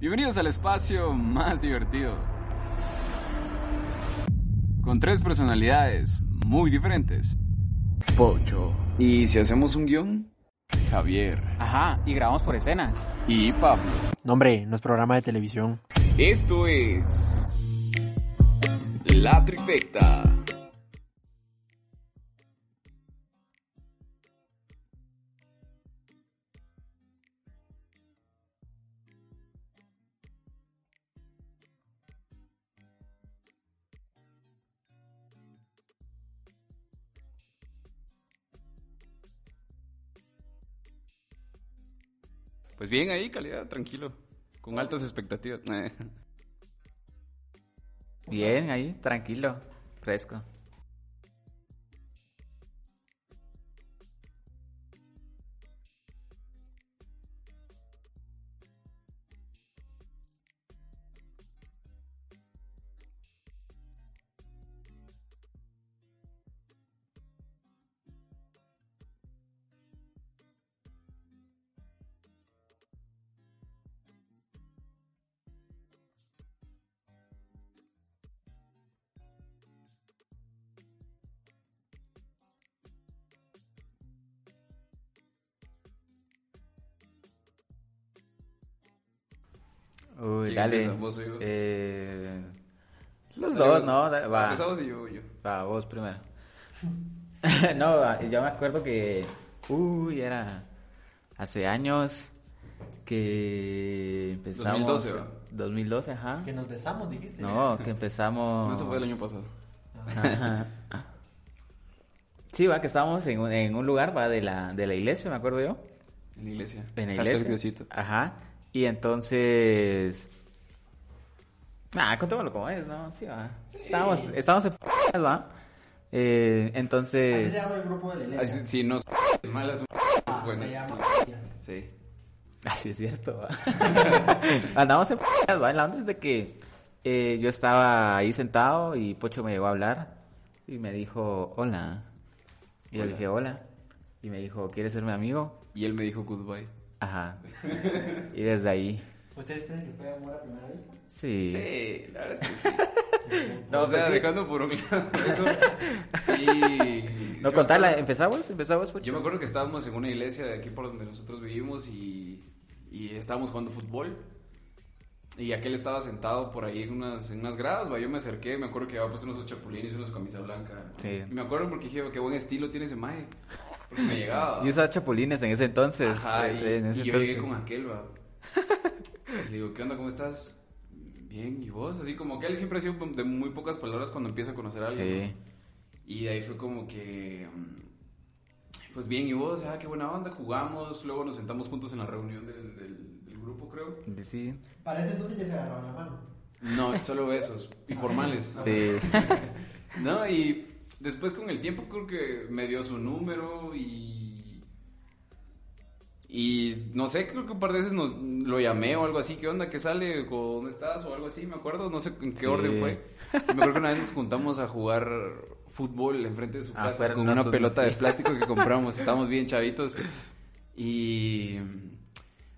Bienvenidos al espacio más divertido. Con tres personalidades muy diferentes. Pocho. ¿Y si hacemos un guión? Javier. Ajá, y grabamos por escenas. Y Pablo. No, hombre, no es programa de televisión. Esto es... La trifecta. Pues bien ahí, calidad, tranquilo. Con altas expectativas. Eh. Bien, ahí, tranquilo, fresco. Uy, ¿Quién dale. empieza, vos o yo? Eh, los Dale, dos, vos. ¿no? Da- Va, Empezamos y yo, yo. va, vos primero. no, va, yo me acuerdo que, uy, era hace años que empezamos... 2012, va. 2012, ajá. Que nos besamos, dijiste. No, que empezamos... No, Eso fue el año pasado. Ajá. Sí, va, que estábamos en un, en un lugar, va, de la, de la iglesia, me acuerdo yo. En la iglesia. En la Hashtag iglesia. Diosito. Ajá. Y entonces. Ah, contémoslo como es, ¿no? Sí, va. Estábamos, estábamos en p- va. Eh, Así se entonces. llama el grupo de la Ah, iglesia. sí, sí, no es malas, es Ah, Se buenas. llama. Sí. Así ah, es cierto, va. Andábamos en p- va. La onda es de que eh, yo estaba ahí sentado y Pocho me llegó a hablar y me dijo, hola. Y yo le Hola. dije, hola. Y me dijo, ¿quieres ser mi amigo? Y él me dijo goodbye. Ajá. y desde ahí. ¿Ustedes creen que fue amor a primera vista? Sí. Sí, la verdad es que sí. No, o sea, pues sí. dejando por un lado eso, sí. No, eh. sí me contarla. acuerdo. ¿Empezabas? ¿Empezabas, Pocho? Yo me acuerdo que estábamos en una iglesia de aquí por donde nosotros vivimos y, y estábamos jugando fútbol. Y aquel estaba sentado por ahí en unas, en unas gradas, va, Yo me acerqué, me acuerdo que había puesto unos chapulines y unos camisa blanca. Sí. Y me acuerdo porque dije, qué buen estilo tiene ese maje. Porque me llegaba. Y usaba chapulines en ese entonces. Ajá, y, eh, en ese y yo llegué entonces. con aquel, va. Y le digo, ¿qué onda? ¿Cómo estás? Bien, ¿y vos? Así como que él siempre ha sido de muy pocas palabras cuando empieza a conocer a alguien. Sí. Y de ahí fue como que. mm, Pues bien, ¿y vos? Ah, qué buena onda. Jugamos, luego nos sentamos juntos en la reunión del, del- del grupo, creo. Sí. Sí. Para ese entonces ya se agarraron la mano. No, solo besos, informales. No, y después con el tiempo creo que me dio su número y... Y no sé, creo que un par de veces nos, lo llamé o algo así, ¿qué onda? ¿Qué sale? ¿O ¿Dónde estás? O algo así, me acuerdo, no sé en qué Sí. orden fue. Me acuerdo que una vez nos juntamos a jugar fútbol enfrente de su Ah, casa fuera, con no una son- pelota de sí. plástico que compramos, estábamos bien chavitos. Y,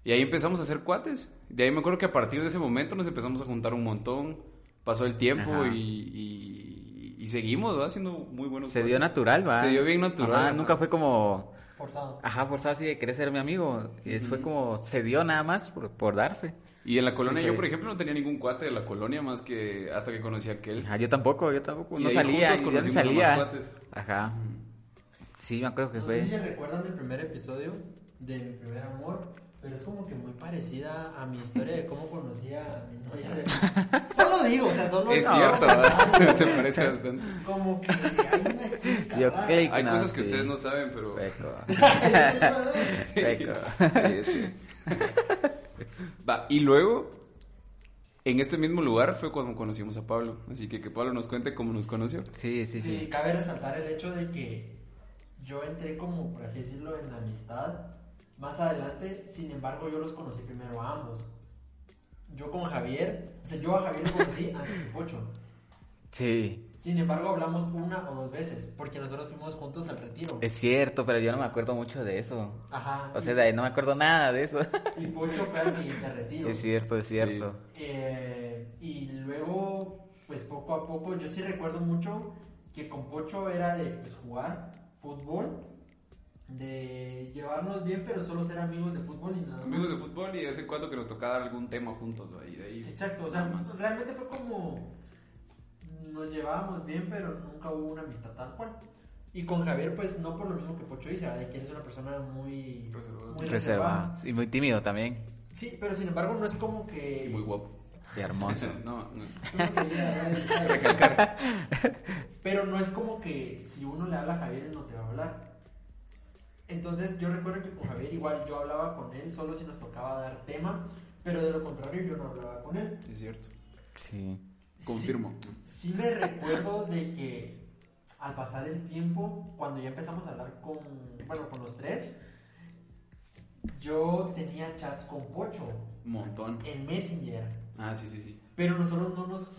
y ahí empezamos a hacer cuates. De ahí me acuerdo que a partir de ese momento nos empezamos a juntar un montón. Pasó el tiempo Ajá. y, y- y seguimos, ¿verdad? Siendo muy buenos. Se cuates. dio natural, va. Se dio bien natural. Ajá, ajá. nunca fue como. Forzado. Ajá, forzado así de querer ser mi amigo. Y es- Fue como. Se dio nada más por, por darse. Y en la colonia, Ok. yo por ejemplo no tenía ningún cuate de la colonia más que hasta que conocí a aquel. Ajá, yo tampoco, yo tampoco. Y no ahí salía, juntos yo no conocimos a más salía. cuates. Ajá. Sí, me acuerdo que No sé si fue. recuerdan el primer episodio de Mi Primer Amor, pero es como que muy parecida a mi historia de cómo conocí a mi novia. de- Solo digo, o sea, solo Es digo. cierto, ¿verdad? Se parece bastante. Como que hay una química Yo rara. clic. Hay No, cosas que sí. ustedes no saben, pero... Peco. Sí, Peco. es que- Va, y luego, en este mismo lugar fue cuando conocimos a Pablo. Así que que Pablo nos cuente cómo nos conoció. Sí, sí, Sí, sí. cabe resaltar el hecho de que yo entré como, por así decirlo, en la amistad más adelante, sin embargo yo los conocí primero a ambos. Yo con Javier, o sea, yo a Javier lo conocí antes que Pocho. Sí. Sin embargo, hablamos una o dos veces, porque nosotros fuimos juntos al retiro. Es cierto, pero yo no me acuerdo mucho de eso. Ajá. O sea, de ahí no me acuerdo nada de eso. y, y Pocho fue al siguiente retiro. Es cierto, es cierto. Eh, y luego, pues poco a poco, yo sí recuerdo mucho que con Pocho era de pues, jugar fútbol, de llevarnos bien, pero solo ser amigos de fútbol y nada Amigos de más. fútbol y de vez en cuando que nos tocaba dar algún tema juntos, güey. y de ahí. Exacto, o sea, nada más. realmente fue como nos llevábamos bien, pero nunca hubo una amistad tal cual. Y con Javier, pues no por lo mismo que Pocho dice, de que él es una persona muy Reservado. muy reservada. Reserva. Y muy tímido también. Sí, pero sin embargo no es como que... Y muy guapo. Y hermoso. no, no. Eso es lo que quería recalcar. Pero no es como que si uno le habla a Javier, él no te va a hablar. Entonces yo recuerdo que con Javier igual yo hablaba con él solo si nos tocaba dar tema, pero de lo contrario yo no hablaba con él. Es cierto. Sí. Confirmo. Sí, sí me recuerdo de que al pasar el tiempo, cuando ya empezamos a hablar con, bueno, con los tres, yo tenía chats con Pocho Un montón. en Messenger, Ah, sí, sí, sí. pero nosotros no nos,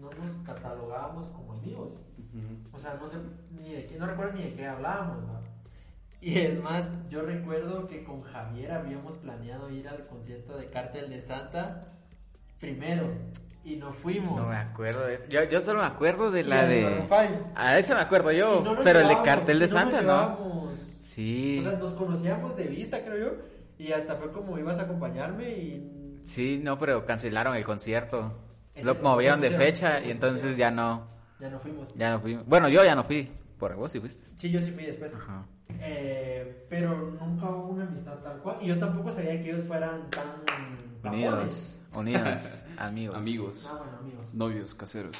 no nos catalogábamos como amigos. Ujú. O sea, no sé ni de qué, no recuerdo ni de qué hablábamos, ¿no? Y es más, yo recuerdo que con Javier habíamos planeado ir al concierto de Cártel de Santa primero y no fuimos. No me acuerdo de eso. Yo, yo solo me acuerdo de Y la el de. Maroon five. A ese me acuerdo Y yo. no nos pero el de llevábamos, Cartel de y no nos Santa, ¿no? llevábamos. Sí. O sea, nos conocíamos de vista, creo yo, y hasta fue como ibas a acompañarme y Sí, no, pero cancelaron el concierto. Ese Lo lo movieron de pusieron, fecha lo y entonces pusieron. ya no, ya no fuimos. ya no fui. Bueno, yo ya no fui. Por vos sí fuiste. Sí, yo sí fui después. Ajá. Eh, pero nunca hubo una amistad tal cual. Y yo tampoco sabía que ellos fueran tan tapones. Unidos, unidos, amigos. Amigos. Ah, bueno, amigos. Novios, caseros.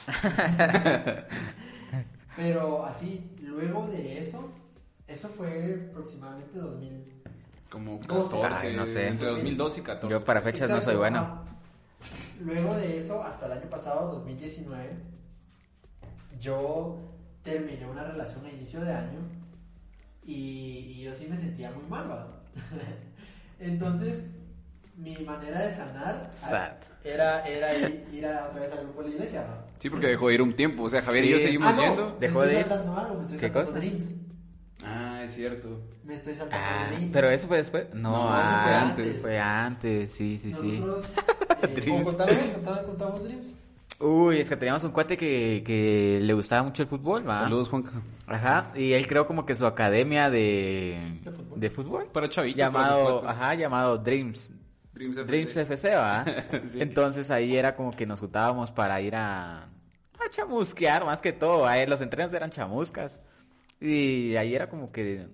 Pero así, luego de eso, eso fue aproximadamente 2000. Como Doce. 14, Ay, no sé. entre 2012 y 14. Yo para fechas no soy Exacto, bueno. ajá. Luego de eso, hasta el año pasado, 2019, yo terminé una relación a inicio de año y, y yo sí me sentía muy mal, ¿va? Entonces, mi manera de sanar Sad. era, era ir, ir a, otra vez al grupo de la iglesia, ¿va? Sí, porque dejó de ir un tiempo. O sea, Javier y Sí. yo seguimos Ah, no, yendo. Dejó me de estoy ir. saltando algo, me estoy ¿Qué saltando cosa? Dreams. Ah, es cierto. Me estoy saltando Ah, Dreams. pero eso fue después. No, No, eso fue ah, antes. Fue antes, sí, sí, sí. Nosotros, eh, Dreams. o contamos, contamos, contamos Dreams. Uy, es que teníamos un cuate que, que le gustaba mucho el fútbol, ¿va? Saludos, Juanca. Ajá, y él creó como que su academia de, De fútbol. de fútbol. Para chavitos. para los Llamado, cuates. ajá, llamado Dreams. Dreams FC. Dreams FC, ¿va? Sí. Entonces ahí era como que nos juntábamos para ir a, a chamusquear, más que todo. ¿va? Eh, Los entrenos eran chamuscas. Y ahí era como que.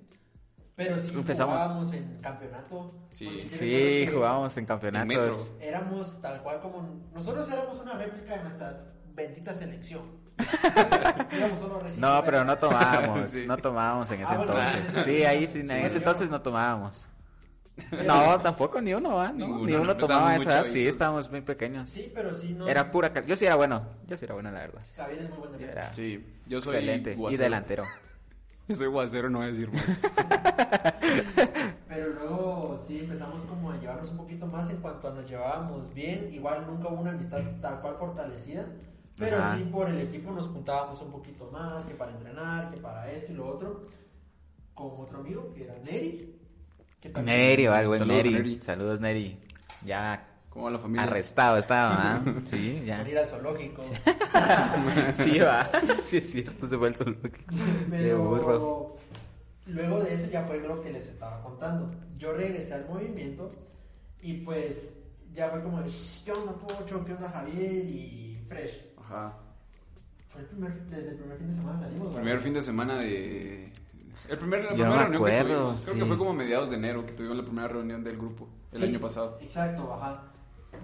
Pero sí Empezamos. jugábamos en campeonato. Sí. porque Sí, recuerdo que jugábamos en metro. campeonatos. Éramos tal cual como. Nosotros éramos una réplica de nuestra bendita selección. Íbamos solo a recibir. No, pero no tomábamos, Sí. no tomábamos en ese Ah, bueno, entonces. sí, Sí, sí, ahí sí, sí, en sí, ese yo entonces no. no tomábamos. Pero No, tampoco ni uno, ¿va? No, Ninguno, ni no, uno estábamos tomaba a muy esa edad. Sí, chavitos. estábamos muy pequeños. Sí, pero sí nos. Era pura cal- Yo sí era bueno, yo sí era bueno, la verdad. Javier es muy buen Yo defensa. era Sí, yo soy excelente y guasero. delantero. Soy guasero, no voy a decir más. Pero luego sí empezamos como a llevarnos un poquito más en cuanto a nos llevábamos bien. Igual nunca hubo una amistad tal cual fortalecida. Pero Ajá. sí por el equipo nos juntábamos un poquito más, que para entrenar, que para esto y lo otro. Con otro amigo que era Neri. que también- Neri, va, el buen Saludos, Neri. Neri. Saludos, Neri. Ya Como la familia. arrestado estaba, ¿ah? Sí, ya. Por ir al zoológico. Sí, va. Sí, es cierto, se fue el sol. Qué Pero burro. luego de eso ya fue lo que les estaba contando. Yo regresé al movimiento y pues ya fue como, "Shh, ¿qué onda Pocho? ¿Qué onda Javier? Y Fresh. Ajá. Fue el primer, desde el primer fin de semana salimos. Primer ¿verdad? fin de semana de. El primer, la Yo primera no me reunión que acuerdo, tuvimos. Creo sí. que fue como mediados de enero que tuvimos la primera reunión del grupo el Sí, año pasado. Exacto, ajá.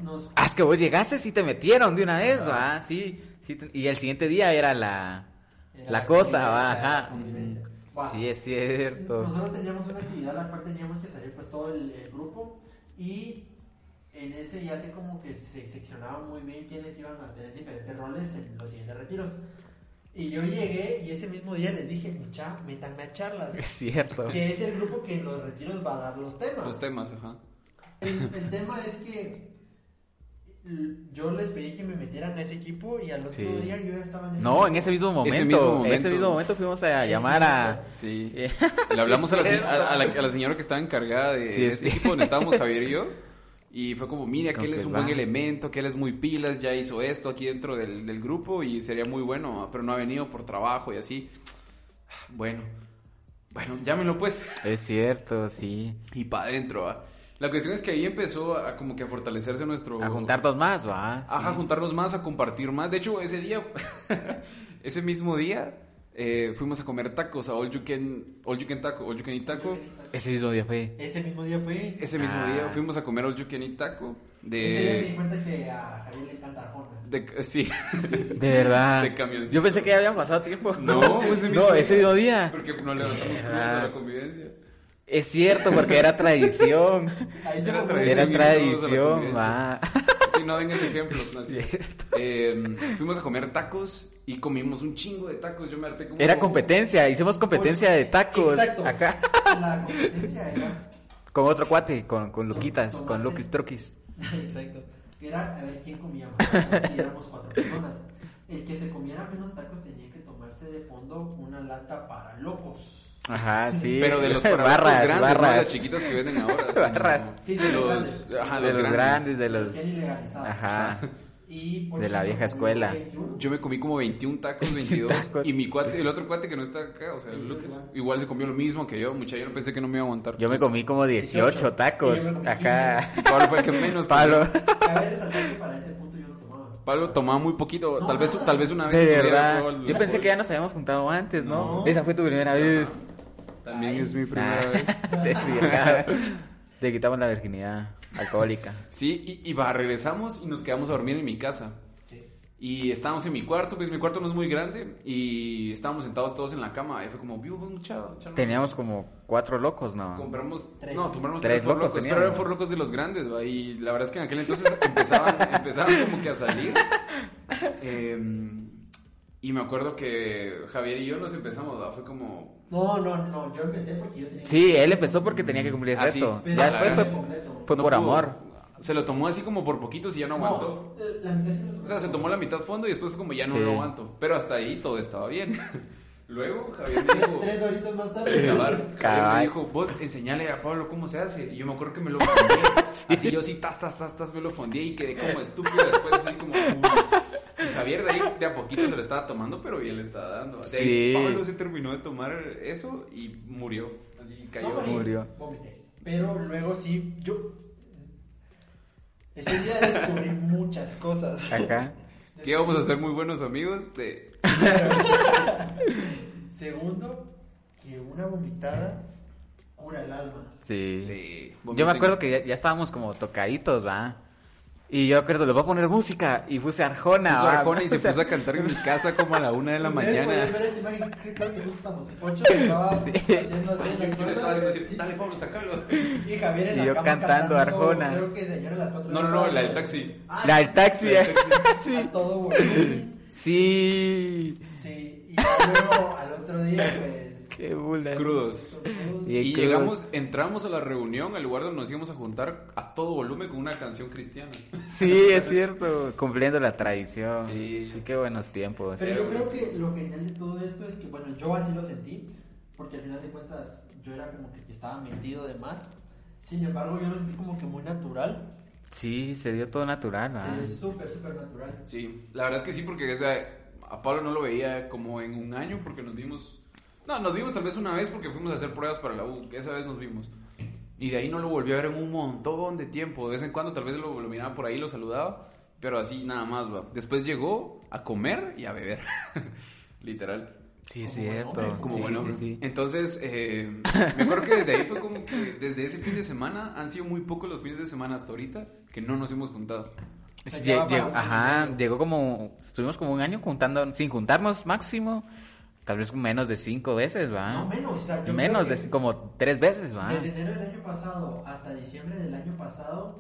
Nos... Ah, es que vos llegaste y te metieron de una vez, va. Sí, sí. te- Y el siguiente día era la. era la cosa, convivencia, va, era la ajá. convivencia. Va. Sí, es cierto. Nosotros teníamos una actividad la cual teníamos que salir pues todo el, el grupo y en ese ya se como que se seccionaba muy bien quiénes iban a tener diferentes roles en los siguientes retiros. Y yo llegué y ese mismo día les dije, mucha, métanme a charlas, Es cierto. que es el grupo que en los retiros va a dar los temas. Los temas, ajá. El, el tema es que l- yo les pedí que me metieran a ese equipo y al otro Sí. día yo ya estaba en ese No, en ese mismo momento. Ese En mismo ese momento. mismo momento fuimos a llamar a... Sí. Eh, Le hablamos sí, a, la, se- cierto. a- a la- a la señora que estaba encargada de Sí, ese sí. equipo donde estábamos Javier y yo. Y fue como, mira, que Como él es que un va. buen elemento, que él es muy pilas, ya hizo esto aquí dentro del, del grupo y sería muy bueno, pero no ha venido por trabajo y así. Bueno, bueno, llámenlo pues. Es cierto, sí. Y para adentro, ¿va? La cuestión es que ahí empezó a, como que a fortalecerse nuestro... A juntar dos más, va. Sí. Oh. Ajá, juntarnos más, a compartir más. De hecho, ese día, ese mismo día, eh, fuimos a comer tacos a All You Can, All You Can Taco, All You Can Eat Taco. Ese mismo día fue. Ese mismo día fue. Ese mismo Ah. día fuimos a comer All You Can Eat Taco Ese día me di de... cuenta que a Javier le encanta Arjona. de- sí, De verdad. De camioncito. Yo pensé que ya habían pasado tiempo. No, ese mismo No, día. ese mismo día. porque no levantamos Mierda. crudos a la convivencia. Es cierto, porque era tradición. Ahí se Era formó tradición. era Pues sí, todos a tradición, la va. Sí, no vengan ejemplos. no, sí. Eh, fuimos a comer tacos y comimos un chingo de tacos. Yo me harté como... Era competencia, hicimos competencia de tacos. Exacto. Acá. La competencia era. Con otro cuate, con, con Luquitas, Con- con con- Luquis Troquis. Exacto. Era a ver quién comía más tacos y éramos cuatro personas. El que se comiera menos tacos tenía que tomarse de fondo una lata para locos. Ajá, sí. Pero de los barras, grandes, no de las barras. chiquitas que venden ahora. Barras. sino Sí, de de los, los grandes. ajá, de los grandes, de los. Ya ni legalizados. Ajá. Y por De eso la se vieja comió escuela. 21. Yo me comí como 21 tacos, 22. 21 tacos. Y mi cuate, el otro cuate que no está acá, o sea, el Lucas, igual se comió lo mismo que yo. Muchacho, yo pensé que no me iba a aguantar. Yo me comí como 18 18 tacos. y yo me comí Acá. Y Pablo fue el que menos. Pablo. Cabe resaltar que para este punto yo no tomaba. Pablo tomaba muy poquito. No, Tal vez, nada. tal vez una vez. De tuviera verdad. todo el- Yo pensé que ya nos habíamos juntado antes, ¿no? No. Esa fue tu primera vez. También Ay. es mi primera Ah. vez. Desvirgada. Te quitamos la virginidad alcohólica. Sí, y, y va, regresamos y nos quedamos a dormir en mi casa. Sí. Y estábamos en mi cuarto, pues mi cuarto no es muy grande. Y estábamos sentados todos en la cama. Y fue como, vivo, pues, muchacho. Teníamos como cuatro locos, ¿no? Compramos, Tres. no, compramos Ah. Tres tres, Ford locos locos, pero eran teníamos. Ford locos de los grandes, ¿va? y la verdad es que en aquel entonces empezaban, empezaban como que a salir. Eh, y me acuerdo que Javier y yo nos empezamos, ¿va? fue como, No, no, no. Yo empecé porque yo tenía Sí, él empezó porque tenía que cumplir el Ah, sí. reto. Pero la Ya después gané fue, completo. fue no por pudo. amor. Se lo tomó así como por poquitos y ya no aguantó. No, eh, la mitad se me lo O sea, se tomó la mitad fondo y después fue como, ya no Sí. lo aguanto. Pero hasta ahí todo estaba bien. Luego Javier me dijo, Tres doritos más Eh, tarde. Acabar. Javier Cabal. me dijo, vos enseñale a Pablo cómo se hace. Y yo me acuerdo que me lo fondeé. Así yo así, tas, tas, tas, tas, me lo fondeé y quedé como estúpido después, así como... "Uy". Y Javier de ahí de a poquito se lo estaba tomando, pero bien le estaba dando. De ahí, Sí. Pablo se terminó de tomar eso y murió. Así cayó. No, Murió. Vomité. Pero luego sí, yo. Ese día descubrí muchas cosas. Acá. que íbamos a ser muy buenos amigos. De... Segundo, que una vomitada cura el alma. Sí. Sí, Yo me vomiten. acuerdo que ya, ya estábamos como tocaditos, ¿va? Y yo acuerdo, le voy a poner música. Y puse Arjona. Puso ¿va? Arjona y se Ah, O sea, puso a cantar en mi casa como a la una de la Ustedes mañana. pueden ver esta imagen, creo- creo que estamos ocho, estaba Sí. haciendo así la Yo le estaba cosa, diciendo, dale Pablo, sacalo. y Javier en Y la yo cama cantando Arjona. Creo que señora a las cuatro de No, no, no, tarde. la del taxi. Ah, La del taxi. La del a sí. todo volumen. Sí. Sí, y luego al otro día, pues. Qué bulas. Crudos. todos- Y- Y Cruz. llegamos, entramos a la reunión, al lugar donde nos íbamos a juntar a todo volumen con una canción cristiana. Sí, es cierto. Cumpliendo la tradición. Sí. Sí, qué buenos tiempos. Pero yo creo que lo genial de todo esto es que, bueno, yo así lo sentí, porque al final de cuentas yo era como que estaba metido de más. Sin embargo, yo lo sentí como que muy natural. Sí, se dio todo natural, ¿va? Se ve súper, súper natural. Sí, la verdad es que sí, porque o sea, a Pablo no lo veía como en un año, porque nos vimos. No, nos vimos tal vez una vez porque fuimos a hacer pruebas para la U, que esa vez nos vimos. Y de ahí no lo volví a ver en un montón de tiempo. De vez en cuando tal vez lo, lo miraba por ahí, lo saludaba, pero así nada más, va. Después llegó a comer y a beber. Literal. Sí, Como cierto. buen hombre, Como sí, bueno, sí, sí. entonces eh, me acuerdo que desde ahí fue como que desde ese fin de semana han sido muy pocos los fines de semana hasta ahorita que no nos hemos contado. O sea, Lle- llevaba llegó- un ajá, año. llegó como, estuvimos como un año juntando, sin juntarnos máximo, tal vez menos de cinco veces, ¿va? No menos, o sea, yo Ah. Menos creo de ah. que c- como tres veces, ¿va? Desde enero del año pasado hasta diciembre del año pasado.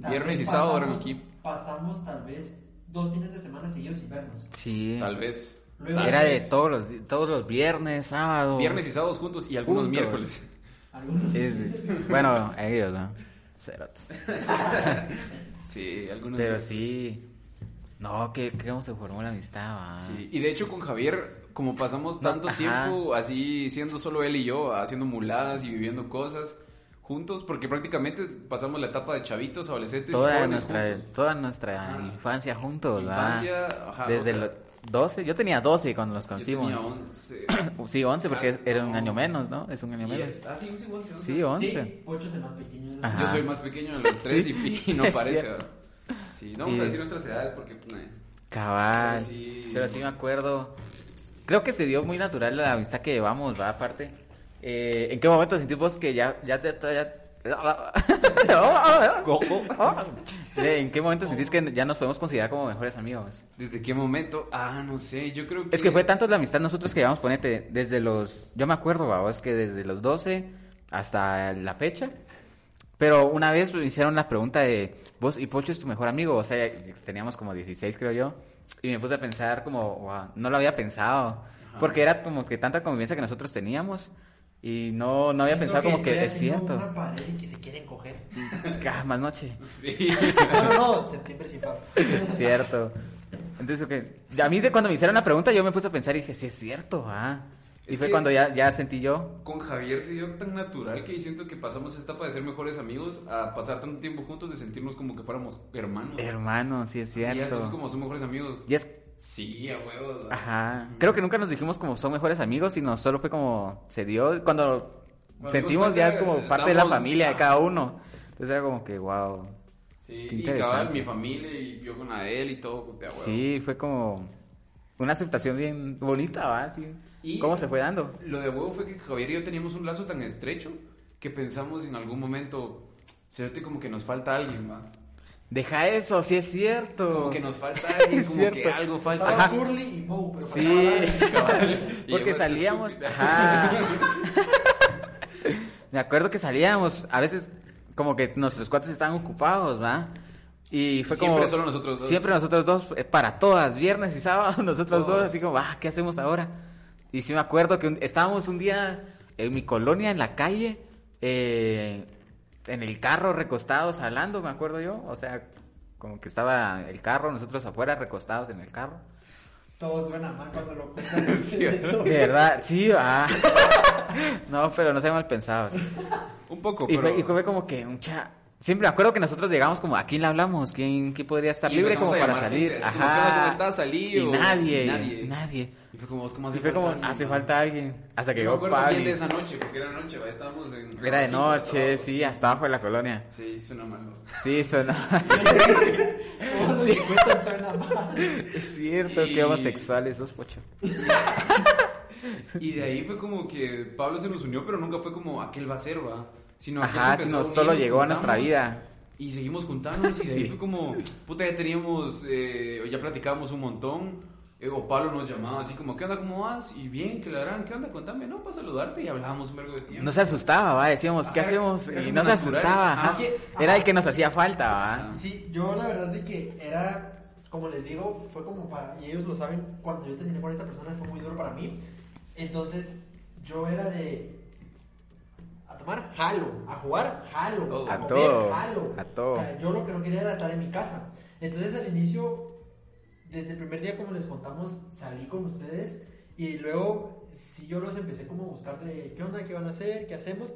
tal Viernes vez y sábado eran pasamos- aquí. Pasamos tal vez dos fines de semana seguidos sin vernos. Sí. Tal vez. Luego- Tal Era de vez. todos los, di- todos los viernes, sábado. Viernes y sábados juntos y algunos Juntos. miércoles. Algunos. Es- bueno, ellos, ¿no? Cerotes. Sí, algunas Pero veces. sí. No, que, que cómo se formó la amistad, va. Sí, Y de hecho con Javier, como pasamos tanto ajá. tiempo así siendo solo él y yo, haciendo muladas y viviendo cosas juntos, porque prácticamente pasamos la etapa de chavitos, adolescentes, Toda jóvenes nuestra, juntos. toda nuestra Ah. infancia juntos, va. infancia, ajá, Desde o sea, los 12, yo tenía 12 cuando los yo conocimos. Uh, tenía 11. Sí, 11 porque es- era un No. año menos, ¿no? Es un año Y menos. es- ah, sí, sí, 11, 11. Sí, 11. Sí, Pocho es el más pequeño. de los- Ajá. Yo soy más pequeño de los tres y, y no es parece. cierto. ¿verdad? Sí, no vamos Y- a decir nuestras edades porque... eh, Cabal. Pero sí. Pero sí me acuerdo. Creo que se dio muy natural la amistad que llevamos, ¿va? Aparte. Eh, ¿En qué momento sentís vos que ya, ya te... ya- ¿Eh? ¿En qué momento sentís que ya nos podemos considerar como mejores amigos? ¿Desde qué momento? Ah, no sé, yo creo que... Es que fue tanto la amistad nosotros que llevamos, ponete, desde los... Yo me acuerdo, va, es que desde los 12 hasta la fecha. Pero una vez me hicieron la pregunta de, vos y Pocho es tu mejor amigo, o sea, teníamos como 16 creo yo, y me puse a pensar como, wow, no lo había pensado, Ajá. porque era como que tanta convivencia que nosotros teníamos, y no, no había Siento pensado como que estoy es haciendo cierto, Una pared y que se quieren coger. Ah, más noche, Sí. No, no, no, septiembre sin papa. cierto. Entonces, que a mí de cuando me hicieron la pregunta yo me puse a pensar y dije, sí es cierto, ah. Y Es fue que- cuando ya, ya sentí yo, Con Javier se dio tan natural que siento que pasamos esta etapa de ser mejores amigos a pasar tanto tiempo juntos de sentirnos como que fuéramos hermanos. Hermano, sí es Y ya sos cierto. como son mejores amigos. Y es, Sí, a huevos. ajá. Creo que nunca nos dijimos como son mejores amigos, sino solo fue como se dio. Cuando Cuando sentimos dimos ya es cuenta como que parte de la estamos- familia de ajá. cada uno. Entonces era como que, wow. Sí, Qué y interesante. cabal, mi familia y yo con Adel y todo, de a huevo. Sí, fue como una aceptación bien bonita, ¿va? Sí. Y- ¿Cómo se fue dando? Lo de huevo fue que Javier y yo teníamos un lazo tan estrecho que pensamos en algún momento, cierto, como que nos falta alguien, ¿va? Deja eso, sí es cierto. Como que nos falta alguien, Es como que cierto. algo falta. Estaba Curly y Moe, pero Sí. faltaba Dani. Cabal. Y yo, Porque "Este salíamos, estúpido". ajá. Me acuerdo que salíamos, a veces como que nuestros cuates estaban ocupados, ¿va? Y fue como Siempre solo nosotros dos. Siempre nosotros dos, eh, para todas, viernes y sábado, nosotros dos, Todos. así como, ah, ¿qué hacemos ahora? Y sí me acuerdo que un- estábamos un día en mi colonia, en la calle, eh, en el carro recostados hablando, me acuerdo yo, o sea, como que estaba el carro, nosotros afuera recostados en el carro. Todo suena mal cuando lo cuentan. Sí, ¿verdad? De verdad, sí, ah. No, pero no se mal pensado. sí. Un poco, Y pero... fue, y fue como que mucha... Siempre me acuerdo que nosotros llegamos como, ¿a quién le hablamos? ¿Quién, quién podría estar Y libre empezamos como a para llamar salir? gente, así como, "¿Qué onda? Ajá. ¿Cómo estás? ¿Salí?" Y O- nadie, nadie. nadie. Y fue como, "Es que más Y hace fue como, alguien, hace ¿no?". falta alguien. Hasta Yo me que llegó acuerdo bien de Pavi. esa noche, porque era noche, ¿va? estábamos en... Era abajito, de hasta noche, abajo. sí, hasta abajo de la colonia. Sí, suena malo. Sí, suena... Todo lo que cuentan suena mal. es cierto, Y- qué homosexuales, los pocho. Y de ahí fue como que Pablo se nos unió, pero nunca fue como aquel va a ser, va. Sino aquel Ajá, se si empezó no, unir, solo nos llegó a nuestra juntamos. vida. Y seguimos juntándonos y de Sí. ahí fue como, puta, ya teníamos, eh, ya platicábamos un montón. eh, o Pablo nos llamaba así como, ¿qué onda? ¿Cómo vas? Y bien, que la gran, ¿qué onda? Contame, ¿no? Para saludarte y hablábamos un vergo de tiempo. No se asustaba, va, decíamos, ¿qué Ajá, hacemos? era Y como no se natural. asustaba. Ajá. Ah, Ah. Era el que nos hacía falta, va. Ajá. Sí, yo la verdad de que era, como les digo, fue como para, y ellos lo saben, cuando yo terminé con esta persona fue muy duro para mí. Entonces, yo era de a tomar jalo, a jugar jalo, Todo. a, A comer todo, jalo. a todo. O sea, yo lo que no quería era estar en mi casa. Entonces, al inicio, desde el primer día, como les contamos, salí con ustedes y luego sí yo los empecé como a buscar de qué onda, qué van a hacer, qué hacemos.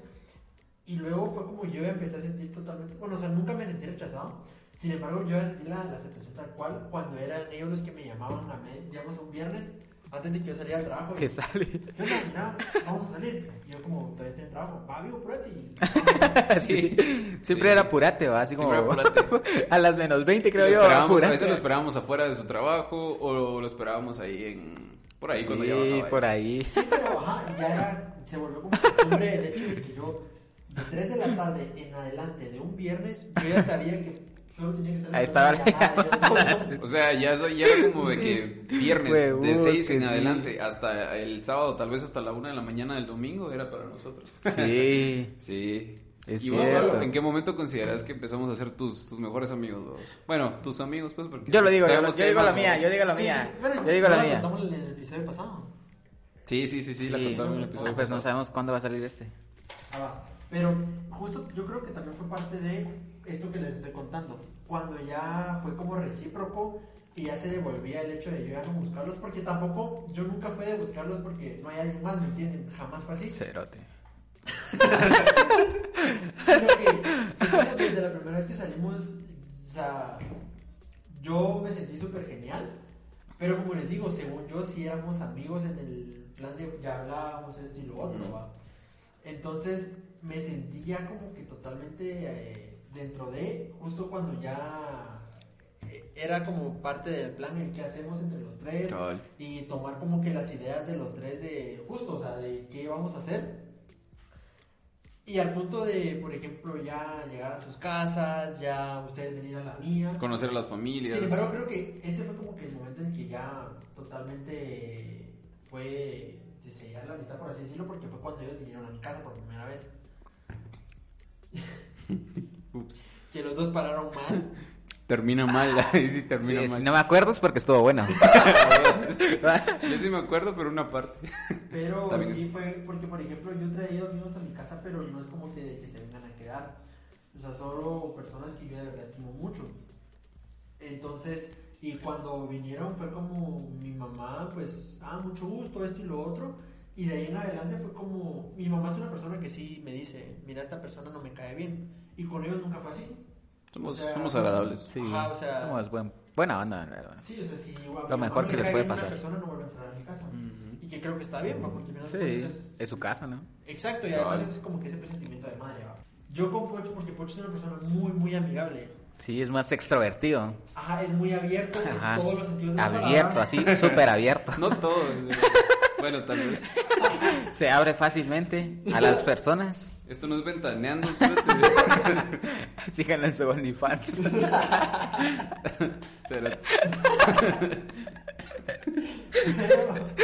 Y luego fue como yo empecé a sentir totalmente, bueno, o sea, nunca me sentí rechazado. Sin embargo, yo sentí la, la aceptación tal cual cuando eran ellos los que me llamaban a mí, digamos, un viernes, antes de que yo saliera al trabajo. Que sale. Yo me imaginaba, vamos a salir. Y yo como, todavía estoy en trabajo, va, vivo, pruébate. Y Sí. Siempre Sí. era apurate, va, así como. Siempre a las menos 20, creo Lo yo. esperábamos, a apurate. veces lo esperábamos afuera de su trabajo o lo esperábamos ahí en... Por ahí cuando ya Sí, bajaba. por ahí. sí, pero ajá, y ya era, se volvió como costumbre el hecho de que yo, de 3 de la tarde en adelante de un viernes, yo ya sabía que solo tenía que estar Ahí estaba esperando la llamada y yo, O sea, ya, so- ya era como de que viernes, Huevos, de 6 en uh, que sí. adelante hasta el sábado, tal vez hasta la 1 de la mañana del domingo, era para nosotros. Sí. Sí. Es vos, cierto. Pablo, ¿en qué momento consideras que empezamos a ser tus, tus mejores amigos? vos? Bueno, tus amigos, pues, porque... Yo lo digo, yo, sabemos yo que hay digo la más, mía, ¿no? yo digo la Sí, mía. sí, bueno, Yo digo la no mía. contamos en el episodio pasado. Sí, sí, sí, sí, la Sí. contaron en el episodio. Pues no pasado. sabemos cuándo va a salir este. Ah, va. Pero justo yo creo que también fue parte de esto que les estoy contando. Cuando ya fue como recíproco y ya se devolvía el hecho de yo ya no buscarlos, porque tampoco, yo nunca fui de buscarlos porque no hay alguien más, ¿me entienden? Jamás fue así. Cerote. Sino que, fue como que desde la primera vez que salimos, o sea, yo me sentí súper genial, pero como les digo, según yo, sí éramos amigos en el plan de ya hablábamos esto y lo otro, ¿va? Entonces me sentía como que totalmente eh, dentro de, justo cuando ya eh, era como parte del plan el que hacemos entre los tres Cabal. y tomar como que las ideas de los tres de justo, o sea, de qué vamos a hacer. Y al punto de, por ejemplo, ya llegar a sus casas, ya ustedes venir a la mía. Conocer a las familias. Sin embargo, creo que ese fue como que el momento en que ya totalmente fue de sellar la amistad, por así decirlo, porque fue cuando ellos vinieron a mi casa por primera vez. Ups. Que los dos pararon mal. Termina mal, ahí sí termina Sí, si mal. no me acuerdo es porque estuvo bueno. Yo sí me acuerdo, pero una parte. Pero Está bien. sí fue porque, por ejemplo, yo traía dos niños a mi casa, pero no es como que, de que se vengan a quedar. O sea, solo personas que yo de verdad estimo mucho. Entonces, y cuando vinieron fue como mi mamá, pues, ah, mucho gusto, esto y lo otro. Y de ahí en adelante fue como, mi mamá es una persona que sí me dice, mira, esta persona no me cae bien. Y con ellos nunca fue así. Somos, O sea, somos agradables. Sí, Ajá, o sea- somos buen- buena onda, la verdad. Sí, o sea, si a mi Lo mamá mejor no que le les cae puede bien una pasar. Mm. persona no vuelve a entrar a mi casa. Ujú. Y que creo que está bien, ¿va? porque al final de cuentas es- Sí, es su casa, ¿no? Exacto, y Cabal. además es como que ese presentimiento de madre, ¿va? Yo con Pocho, porque Pocho es una persona muy, muy amigable. Sí, es más extrovertido. Ajá, es muy abierto Ajá. en todos los sentidos de la Abierto, palabra. así, súper abierto. No todos. eh. Bueno, tal vez. Se abre fácilmente a las personas. Esto no es ventaneando. espérate. Síganlo en su OnlyFans. Espérate.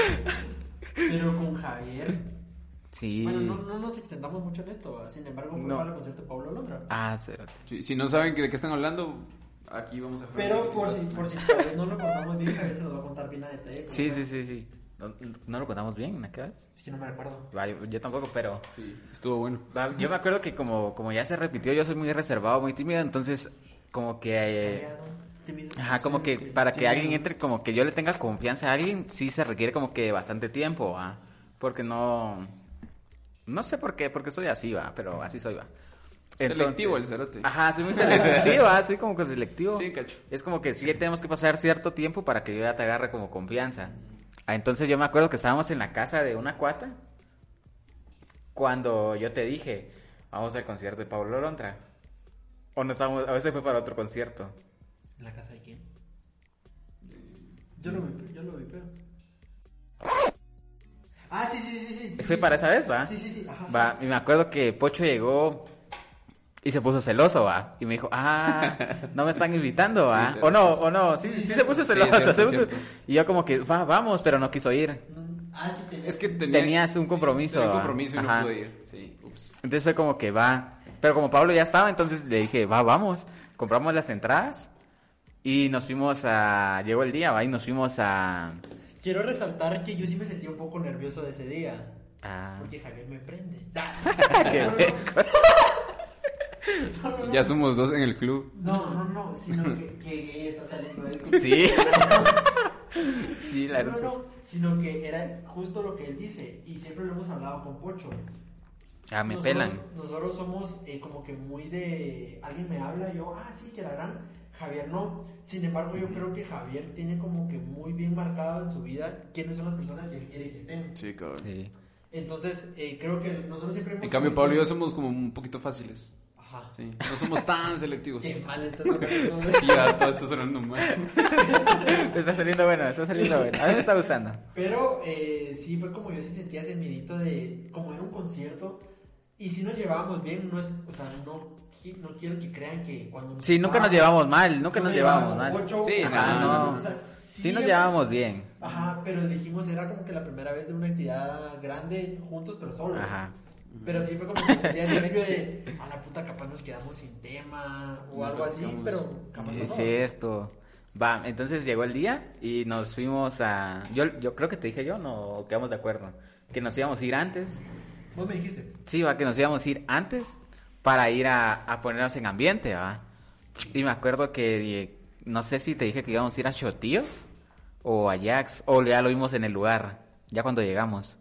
Pero con Javier. Sí. Bueno, no, no nos extendamos mucho en esto, ¿va? sin embargo, fue No. para el concierto de Pablo Londra. Ah, cerote. Si, si no saben que- de qué están hablando, aquí vamos a Pero por si, por si tal vez no lo contamos bien, Javier se lo va a contar bien a detalle. Sí, sí, sí, sí. No, no lo contamos bien, ¿no? ¿Qué? Es que no me recuerdo. Va, Yo, yo tampoco, pero... Sí, estuvo bueno. va, Yo me acuerdo que como, como ya se repitió, yo soy muy reservado, muy tímido, entonces como que... eh, Callado, tímido, Ajá, como que inocente, para que tímido. alguien entre, como que yo le tenga confianza a alguien, sí se requiere como que bastante tiempo, ¿va? Porque no... No sé por qué, porque soy así, va, pero así soy, va. Selectivo el cerote. Ajá, soy muy selectivo, sí, va, soy como que selectivo. Sí, cacho. Es como que sí le tenemos que pasar cierto tiempo para que yo ya te agarre como confianza. Ah, Entonces yo me acuerdo que estábamos en la casa de una cuata cuando yo te dije, vamos al concierto de Pablo Londra. O no estábamos, a veces fue para otro concierto. ¿En la casa de quién? Mm, Yo lo vi, yo lo vi, pero. Ah, sí, sí, sí, sí. sí, Fue sí, para sí. esa vez, ¿va? Sí, sí, sí, ajá. ¿ah? Va, sí. y me acuerdo que Pocho llegó y se puso celoso, va. Y me dijo, ah, no me están invitando, va. Sí, o no, celoso. o no, sí, sí, se puso Sí, celoso. cierto, se puso- cierto. Y yo como que, va, vamos, pero no quiso ir. Mm, Ah, sí, tenés. Es que tenía, Tenías un compromiso. tenía un ¿va? compromiso y Ajá. no pude ir. Sí, ups. Entonces fue como que va. Pero como Pablo ya estaba, entonces le dije, va, vamos. Compramos las entradas y nos fuimos a. Llegó el día, va, y nos fuimos a. Quiero resaltar que yo sí me sentí un poco nervioso de ese día. a- Porque Javier me prende. Da. Ah. Qué No, no, no. Ya somos dos en el club. No, no, no, sino que, que gay está saliendo de esto. Sí. sí, la no, verdad. no, es que- no, sino que era justo lo que él dice y siempre lo hemos hablado con Pocho. Ah, me Nosotros- pelan. Nosotros somos eh, como que muy de. Alguien me habla, yo, ah, sí, que la gran. Javier no. Sin embargo, yo creo que Javier tiene como que muy bien marcado en su vida quiénes son las personas que él quiere que estén. Sí, cabrón. Sí. Entonces, eh, creo que nosotros siempre hemos. En cambio, Pablo y yo dicho- somos como un poquito fáciles. Ajá. Sí, no somos tan selectivos. Qué Sí, mal estás hablando. ya todo está sonando mal. Te está saliendo bueno, está saliendo bueno. A mí me está gustando. Pero eh, sí fue como yo sí sentía ese miedito de como era un concierto y si nos llevábamos bien, no es, o sea, no, qui- no quiero que crean que cuando Sí, nunca nos juntábamos, llevamos mal, nunca nos llevamos mal. ocho, Sí, ajá, no, no. ah, o sea, Sí nos siempre- llevamos bien. Ajá, pero dijimos era como que la primera vez de una actividad grande juntos pero solos. Ajá. Pero sí fue como que sentía ese nervio de a la puta capaz nos quedamos sin tema o No algo así, platicamos. pero capaz Sí, no. es cierto. Va, entonces llegó el día y nos fuimos a... Yo, yo creo que te dije yo, no quedamos de acuerdo. Que nos íbamos a ir antes Vos me dijiste. Sí, va, que nos íbamos a ir antes para ir a, a ponernos en ambiente, va. Y me acuerdo que, eh, no sé si te dije que íbamos a ir a Chotillos o a Jax, o ya lo vimos en el lugar, ya cuando llegamos.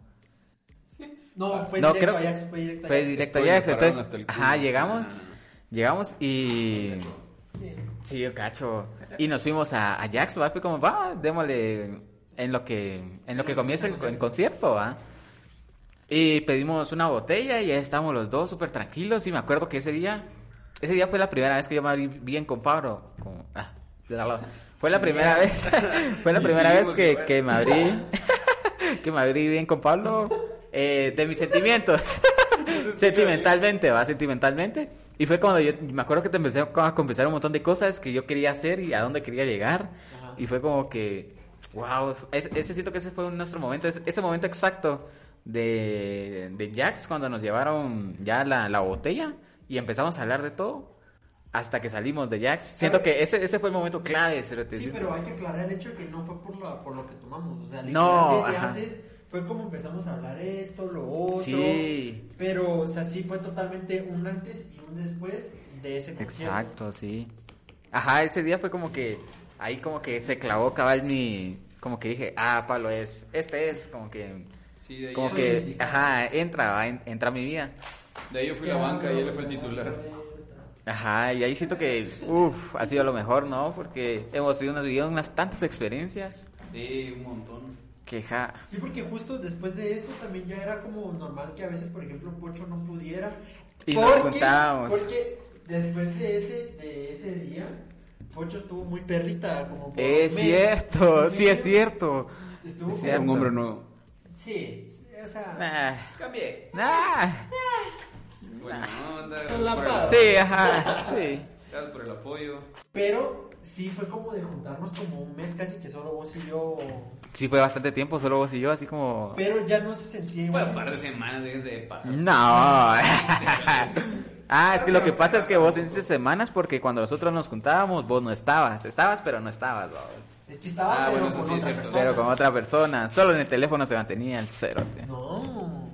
No, fue No, directo creo- a Ajax, fue directo a Fue Ajax. directo a Spoiler, Jax, pararon entonces, hasta el ajá, culo. Ah, llegamos, llegamos y... Sí. Sí, yo cacho. Y nos fuimos a, a Jax, ¿va? Fue como, va, démosle en lo que, en lo que comienza el, el concierto, ¿va? Y pedimos una botella y ahí estábamos los dos súper tranquilos. Y me acuerdo que ese día, ese día fue la primera vez que yo me abrí bien con Pablo. Con- ah, de la- fue la primera vez, fue la Y primera vez seguimos que, igual. que me abrí, que me abrí bien con Pablo eh, de mis sentimientos. Sentimentalmente, va, sentimentalmente. Y fue cuando yo, me acuerdo que te empecé a confesar un montón de cosas que yo quería hacer y a dónde quería llegar. Ajá. Y fue como que, wow, ese, ese siento que ese fue nuestro momento, ese, ese momento exacto de, de Jax cuando nos llevaron ya la, la botella y empezamos a hablar de todo hasta que salimos de Jax. Siento que ese, ese fue el momento clave, cerote. Sí, pero hay que aclarar el hecho de que no fue por, la, por lo que tomamos. O sea, No, literal, desde ajá. antes fue como empezamos a hablar esto, lo otro. Sí, Pero, o sea, sí fue totalmente un antes y un después de ese concierto. Exacto, sí. Ajá, ese día fue como que ahí como que se clavó cabal mi como que dije, ah, Pablo es, este es como que Sí, de ahí, como Soy que indicado. ajá, entra, va, en- entra a mi vida. de ahí yo fui la banca y él fue el titular. Ajá, y ahí siento que uff, ha sido lo mejor, ¿no? Porque hemos tenido unas vivido unas tantas experiencias Sí, un montón. que ja, Sí, porque justo después de eso también ya era como normal que a veces, por ejemplo, Pocho no pudiera. Y nos juntábamos. Porque después de ese, de ese día, Pocho estuvo muy perrita, como por es un mes, cierto, un sí es mes. cierto. Estuvo como- Es Era Cierto. un hombre nuevo. Sí, sí, o sea. Nah, Cambié. nah, Buena onda. gracias Son la por el- paz. Ah, sí, ajá, sí. Gracias por el apoyo. Pero sí fue como de juntarnos como un mes casi que solo vos y yo. Sí fue bastante tiempo, solo vos y yo, así como Pero ya no se sentía Fue igual. un par de semanas, déjense de paja. No. ah, es que lo que pasa es que vos sentiste semanas porque cuando nosotros nos juntábamos, vos no estabas. Estabas, pero no estabas, babos. Es que estaba Ah, pero bueno, eso con sí es otra cierto. persona. Pero con otra persona. Solo en el teléfono se mantenía el cerote. No.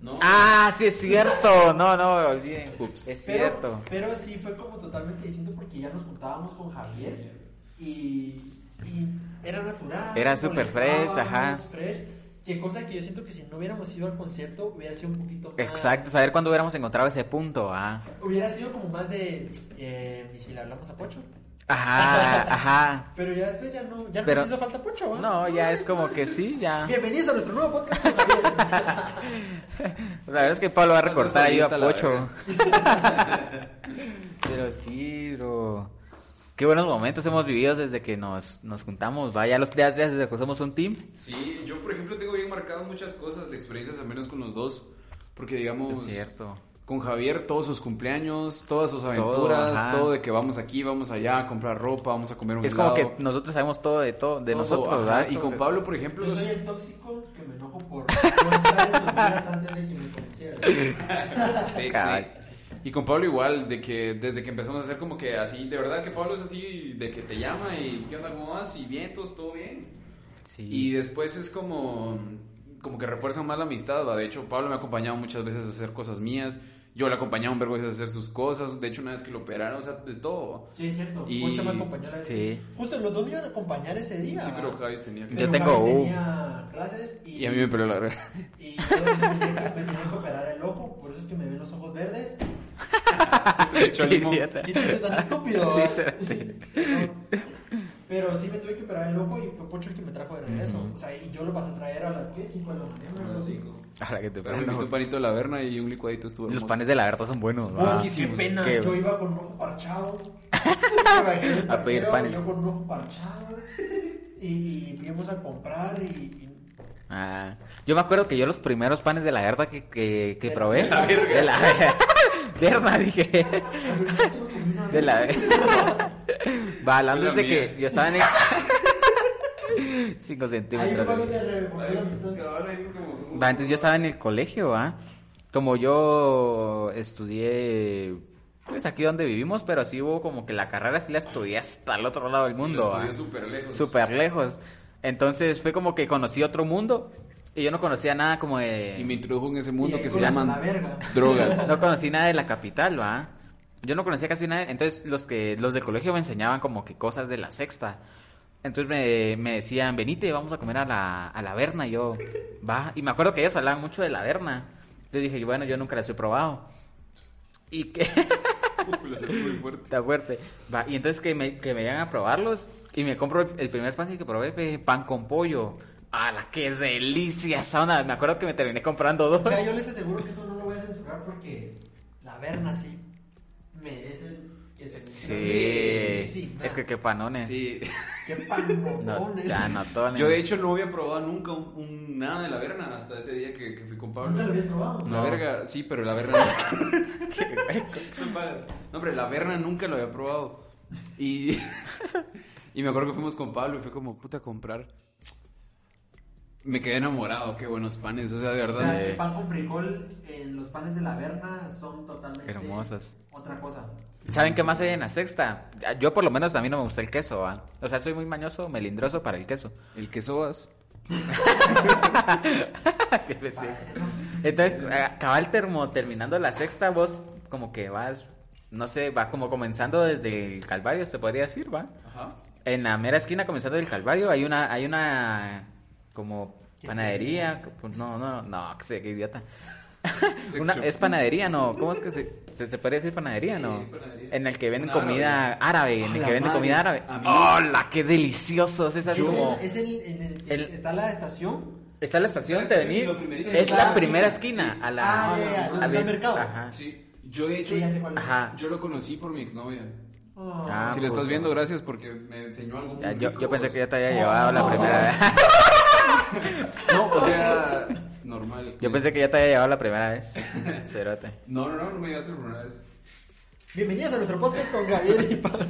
No. Ah, sí es cierto. No, no, olviden. Es Pero- cierto. Pero sí fue como totalmente distinto porque ya nos juntábamos con Javier y, y era natural. Era súper fresh, ajá. fresh, Que cosa que yo siento que si no hubiéramos ido al concierto hubiera sido un poquito más. Exacto, saber cuándo hubiéramos encontrado ese punto, ah. Hubiera sido como más de. Eh, ¿Y si le hablamos a Pocho? Ajá, ajá. Pero ya después ya no. Ya Pero- no nos hizo falta Pocho, ¿va? No, ya es como que sí, ya. Bienvenidos a nuestro nuevo podcast. con Javier. La verdad es que Pablo va a No seas recortar ahí a solista, la Pocho. Pero sí, bro. Qué buenos momentos hemos vivido desde que nos, nos juntamos. Vaya, los días desde que somos un team. Sí, yo por ejemplo tengo bien marcadas muchas cosas de experiencias al menos con los dos. Porque Es digamos, cierto. con Javier todos sus cumpleaños, todas sus Todo, aventuras, ajá. todo, de que vamos aquí, vamos allá a comprar ropa, vamos a comer un Es como helado, que nosotros sabemos todo de todo, de todo, nosotros, ajá. ¿verdad? Y Es como con que- Pablo, por ejemplo, Yo soy el tóxico que me enojo por no estar en sus vidas antes de que me conocieran. Sí, Caray. sí. Y con Pablo igual, de que desde que empezamos a hacer como que así, de verdad que Pablo es así, de que te llama y qué onda, cómo vas, y vientos, todo bien. Sí. Y después es como, como que refuerzan más la amistad, ¿va? De hecho, Pablo me ha acompañado muchas veces a hacer cosas mías, yo le he acompañado un vergo de veces a hacer sus cosas, de hecho una vez que lo operaron, o sea, de todo. Sí, es cierto. Y- Pocho me acompañó la vez. Sí. que- Justo los dos me iban a acompañar ese día. Sí, pero ¿va? Javis tenía que... Yo Pero tengo Javi U. Tenía clases y, Y a mí me peló la verga. y yo tenía que- me tenía que operar el ojo, por eso es que me ven los ojos verdes. De hecho, Qué Limón- idiota. Y tú eres tan estúpido. Sí, ¿va? espérate. No. Pero sí me tuve que operar el ojo y fue Pocho el que me trajo de regreso. O sea, y yo lo pasé a traer a las ¿qué? 5 de la mañana. algo así. Ahora que te Pero me ponen invitó un los- panito de la verna y un licuadito estuvo Los hermoso. panes de lagarto son buenos, Oh, ¿va? sí, qué Bajísimos. pena, Qué- yo iba con un ojo parchado. A pedir panes. Yo con un ojo parchado. Y, y fuimos a comprar y. y- Ah. Yo me acuerdo que yo los primeros panes de lagarto que, que, que De la probé. De la verga. dije. De la Va, hablando Es la de que mía. yo estaba en el. 5 Ahí fue centímetros. cuando se revolvieron. Va, entonces yo estaba en el colegio, ¿va? Como yo estudié, pues aquí donde vivimos, pero sí hubo como que la carrera sí la estudié hasta el otro lado del Sí, lo mundo, estudié ¿va? súper lejos. Súper lejos. Entonces fue como que conocí otro mundo Y yo no conocía nada como de... Y me introdujo en ese mundo Y ahí que se conoces La llaman verga. drogas. No conocí nada de la capital, ¿va? Yo no conocía casi nada. Entonces, los que los del colegio me enseñaban como que cosas de la sexta. Entonces me, me decían, venite, vamos a comer a la, a la verna. Y yo, va. Y me acuerdo que ellos hablaban mucho de la verna. Yo dije, bueno, yo nunca las he probado. Y que Uh, la sentí muy fuerte. está fuerte. Va, y entonces que me, que me llegan a probarlos. Y me compro el, el primer pan que probé, fue pan con pollo. ¡Hala, qué delicia esa onda! Me acuerdo que me terminé comprando O dos. sea, yo les aseguro que eso no lo voy a censurar porque la verna sí merece que se Sí. sí, sí, es que nada. qué panones. Sí. Qué ¿eh? panmones. No, ya, no, tones. Yo de hecho no había probado nunca un, un- nada de la verna hasta ese día que, que fui con Nunca lo Pablo. habías probado. La No. verga, sí, pero la verna no. Qué hueco. Son vagas. No, hombre, la verna nunca lo había probado. Y, y me acuerdo que fuimos con Pablo y fue como, puta, a comprar. Me quedé enamorado, qué buenos panes, o sea, de O sea, verdad. el pan con frijol, eh, los panes de la verna son totalmente Hermosos. Otra cosa. ¿Saben qué más hay en la sexta? Yo por lo menos a mí no me gusta el queso, ¿va? O sea, soy muy mañoso, melindroso para el queso. El queso vas. Qué pendejo. Para hacerlo. Entonces, acaba el termo, terminando la sexta, vos como que vas, no sé, va como comenzando desde el Calvario, se podría decir, ¿va? Ajá. En la mera esquina comenzando del Calvario hay una, hay una como ¿Qué panadería, que- no, no, no, qué sé, qué idiota. Sex Una- shop. es panadería, ¿no? ¿Cómo es que se, se, se podría decir panadería, Sí, no? panadería. En el que venden Una comida árabe, en A el la que venden madre. comida árabe. A mí- ¡Hola! ¡Qué deliciosos! Esas Es como... el- es el, en el que El- está la estación. Está la estación, te Está la venís. estación, lo primerito. Es la Está- primera esquina. A la... Ah, ya, ya, ¿dónde a está el ver- mercado? Ajá. Sí, yo de hecho, Ah. Sí, ya sé cuál es. Ajá. yo lo conocí por mi exnovia. Oh. Ah, si lo estás puta. viendo, gracias porque me enseñó algo. muy Ya, yo, rico, yo pensé vos. que ya te había llevado la no. primera vez. No, o sea, normal. Yo pensé que ya te había llevado la primera vez. Cerote. No, no, no, no me llegaste la primera vez. Bienvenidos a nuestro podcast con Gabriel y Pablo.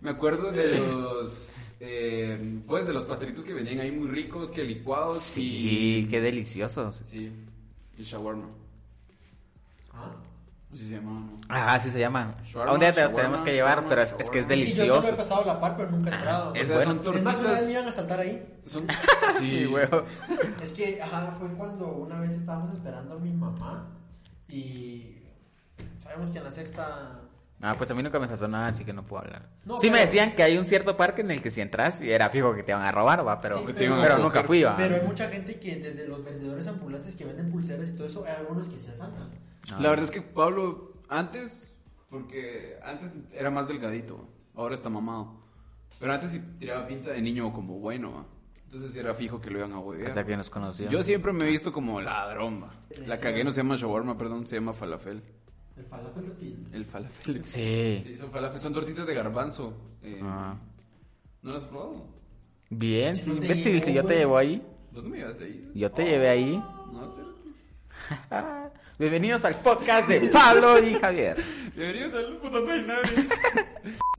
Me acuerdo de los. eh, pues de los pastelitos que venían ahí muy ricos, que licuados y. Sí, qué deliciosos. Sí, el shawarma. Ah. Así se llamaba, ¿no? Ah, sí se llama. Shawarma, A un día te shawarma, tenemos que llevar, shawarma, pero es, es que es shawarma. Sí, yo solo he delicioso. Ah, pasado la par, pero nunca he entrado. O es sea, bueno. son Es más, una vez me tortitas. iban a saltar ahí. Son. Sí, Sí, huevo. Es que, ajá, fue cuando una vez estábamos esperando a mi mamá y sabemos que en la sexta... Ah, pues a mí nunca me pasó nada, así que no puedo hablar. No, sí me pero- decían que hay un cierto parque en el que si entras y era fijo que te van a robar, va, pero, Sí, pero, Te iban a nunca coger. fui, va. Pero hay mucha gente que desde los vendedores ambulantes que venden pulseras y todo eso, hay algunos que se asaltan. Ah. La verdad es que Pablo, antes, porque antes era más delgadito, ahora está mamado. Pero antes sí tiraba pinta de niño como bueno, ¿va? entonces era fijo que lo iban a huevear. Hasta que nos conocieron. Yo siempre me he visto como ladrón, va. La Sí. cagué, no se llama shawarma, perdón, se llama falafel. El falafel lo piden. El falafel. Sí. Sí, son falafel, son tortitas de garbanzo. eh, Ah. ¿No las has probado? Bien, Si sí, no te imbécil, llevo, si yo te güey. llevo ahí, ¿Dónde me llevaste ahí? yo te Oh, llevé ahí. No, sé. Ah, Bienvenidos al podcast de Pablo y Javier. Deberías ser puto nadie.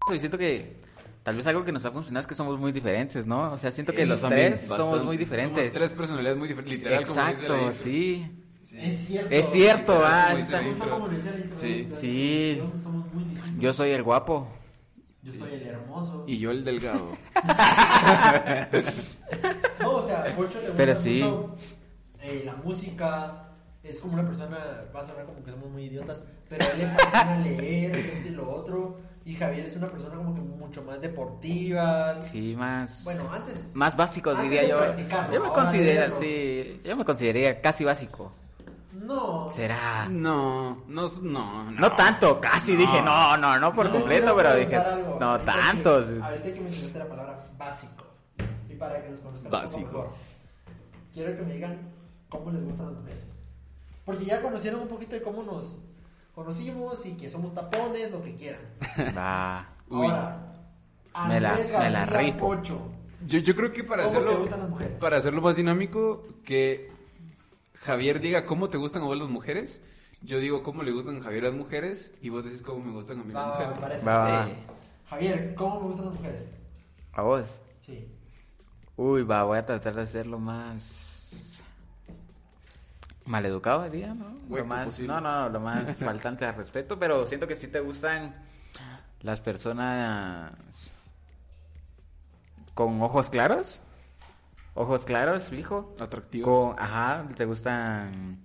Yo siento que tal vez algo que nos ha funcionado es que somos muy diferentes, ¿no? O sea, siento que los También, tres somos bastante. muy diferentes. Somos tres personalidades muy diferentes, literal. como dice la Exacto, intro. sí. Sí. Es cierto. Es cierto, Literal, ah, como dice está- la Justo intro. como lo dice la intro, Sí. la Sí. introducción, Somos muy distintos. Yo soy el guapo. Yo soy el hermoso. Y yo el delgado. No, o sea, a Pocho le gusta Pero sí. mucho eh, la música. Es como una persona, va a sonar como que somos muy idiotas, pero a él le fascina leer, esto y lo otro. Y Javier es una persona como que mucho más deportiva. Sí, más Bueno, antes. más básicos antes diría de yo. practicarlo, Yo me ahora considero, leerlo. sí, yo me consideraría casi básico. No. Será. No, no, no. Ah. No tanto, casi No. dije, no, no, no por Yo les completo, quiero pero dije, preguntar algo. "Ah, no Ahorita que- tantos. ahorita que mencionaste la palabra básico. Y para que nos conozcan Básico. un poco mejor. Quiero que me digan cómo les gustan las mujeres. Porque ya conocieron un poquito de cómo nos conocimos y que somos tapones, lo que quieran. Va. Uy. Ahora, Me la- Andrés me la García rifo. Pocho, Yo, yo creo que para ¿Cómo te hacerlo, gustan las mujeres? para hacerlo más dinámico, que Javier diga cómo te gustan a vos las mujeres. Yo digo cómo le gustan a Javier las mujeres y vos decís cómo me gustan a mí Va, las va, va, me mujeres. parece. Va, va, va. Eh, Javier, ¿cómo me gustan las mujeres? A vos. Sí. Uy, va, voy a tratar de hacerlo más maleducado, diría, ¿no? Lo Hueco más, posible. no, no, no, lo más faltante al respeto, pero siento que sí te gustan las personas con ojos claros, Ojos claros, fijo. Atractivos. Con, ajá, te gustan.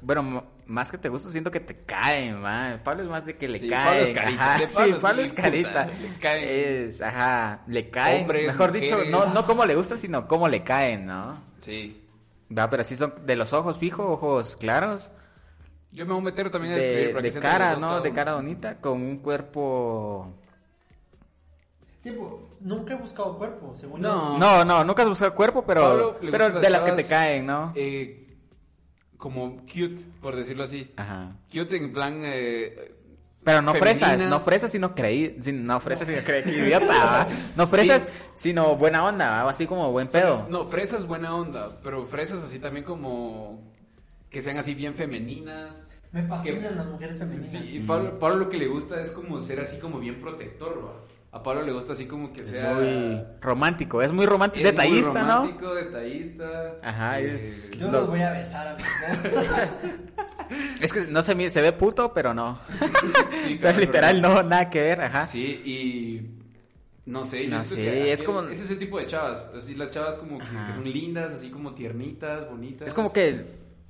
Bueno, m- más que te gusta, siento que te caen, ma. Pablo es más de que le Sí, caen. Pablo es carita. Ajá, De sí, Pablo Pablo sí es le puta, carita. le caen. Es, ajá, le caen. Hombres, Mejor dicho, no, mujeres. no cómo le gusta, sino cómo le caen, ¿no? Sí. Va, pero así son de los ojos fijo, ojos claros. Yo me voy a meter también a escribir De, para que de sepan cara, los dos ¿no? cada De uno. cara bonita, con un cuerpo. Tipo, nunca he buscado cuerpo, según No. No, no, nunca has buscado cuerpo, pero, Ah. Pablo le pero gustan de las que te chavas, caen, ¿no? eh, como cute, por decirlo así. Ajá. Cute en plan. eh, Pero no fresas, femeninas. no fresas sino creí, sin- no fresas sino creí, qué idiota, ¿va? no fresas sino buena onda, ¿va? así como buen pedo. No, fresa es buena onda, pero fresas así también como. Que sean así bien femeninas. yo. Me fascinan las mujeres femeninas. Sí, y Mm. Pablo, Pablo lo que le gusta es como ser así como bien protector, ¿va? A Pablo le gusta así como que Es sea. muy romántico, es muy romántico, es muy detallista, ¿no? romántico, detallista. Eh, Ajá, es- Yo Lo- los voy a besar a mis dos. Es que no se mi- se ve puto, pero no. sí, Pero cabal, literal no nada que ver, ajá. Sí, y no sé, yo No siento sé, que es como- es ese tipo de chavas, así las chavas como que, Ajá. que son lindas, así como tiernitas, bonitas. Es como que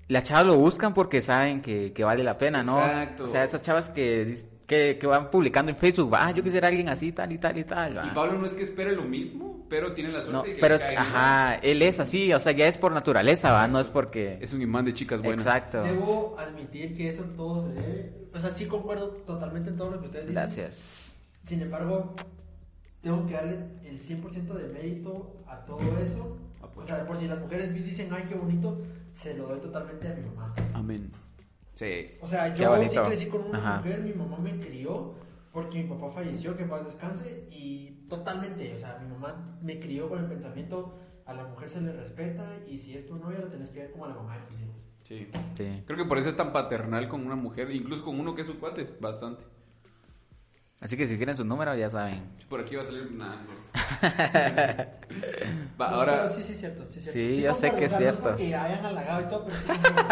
las chavas lo buscan porque saben que, que vale la pena, ¿no? Exacto. O sea, esas chavas que, dis- que, que van publicando en Facebook, ah, yo quisiera alguien así, tal y tal y tal. va". Y Pablo no es que espere lo mismo, pero tiene la No, suerte de que pero le es, cae ajá, él es así, o sea, ya es por naturaleza, ¿va? No es porque... bien. Es un imán de chicas buenas. Exacto. Debo admitir que eso todo se debe. O sea, sí concuerdo totalmente en todo lo que ustedes dicen. Gracias. Sin embargo, tengo que darle el 100% de mérito a todo eso. Ah, O pues. sea, por si las mujeres dicen, ay, qué bonito, se lo doy totalmente a mi mamá. Amén. Sí. O sea, Qué yo sí bonito. crecí con una Ajá. mujer, mi mamá me crió porque mi papá falleció, que en paz descanse, y totalmente, o sea, mi mamá me crió con el pensamiento, a la mujer se le respeta, y si es tu novia, lo tenés que ver como a la mamá de tus hijos. Sí. Sí. Creo que por eso es tan paternal con una mujer, incluso con uno que es su cuate, bastante. Así que si quieren su número, ya saben. Por aquí va a salir nada, es cierto. va, No, ahora, pero sí, sí, es cierto, sí, es cierto. Sí, yo sé concuerdo, o que sea, es no cierto. porque hayan halagado y todo, pero sí concuerdo.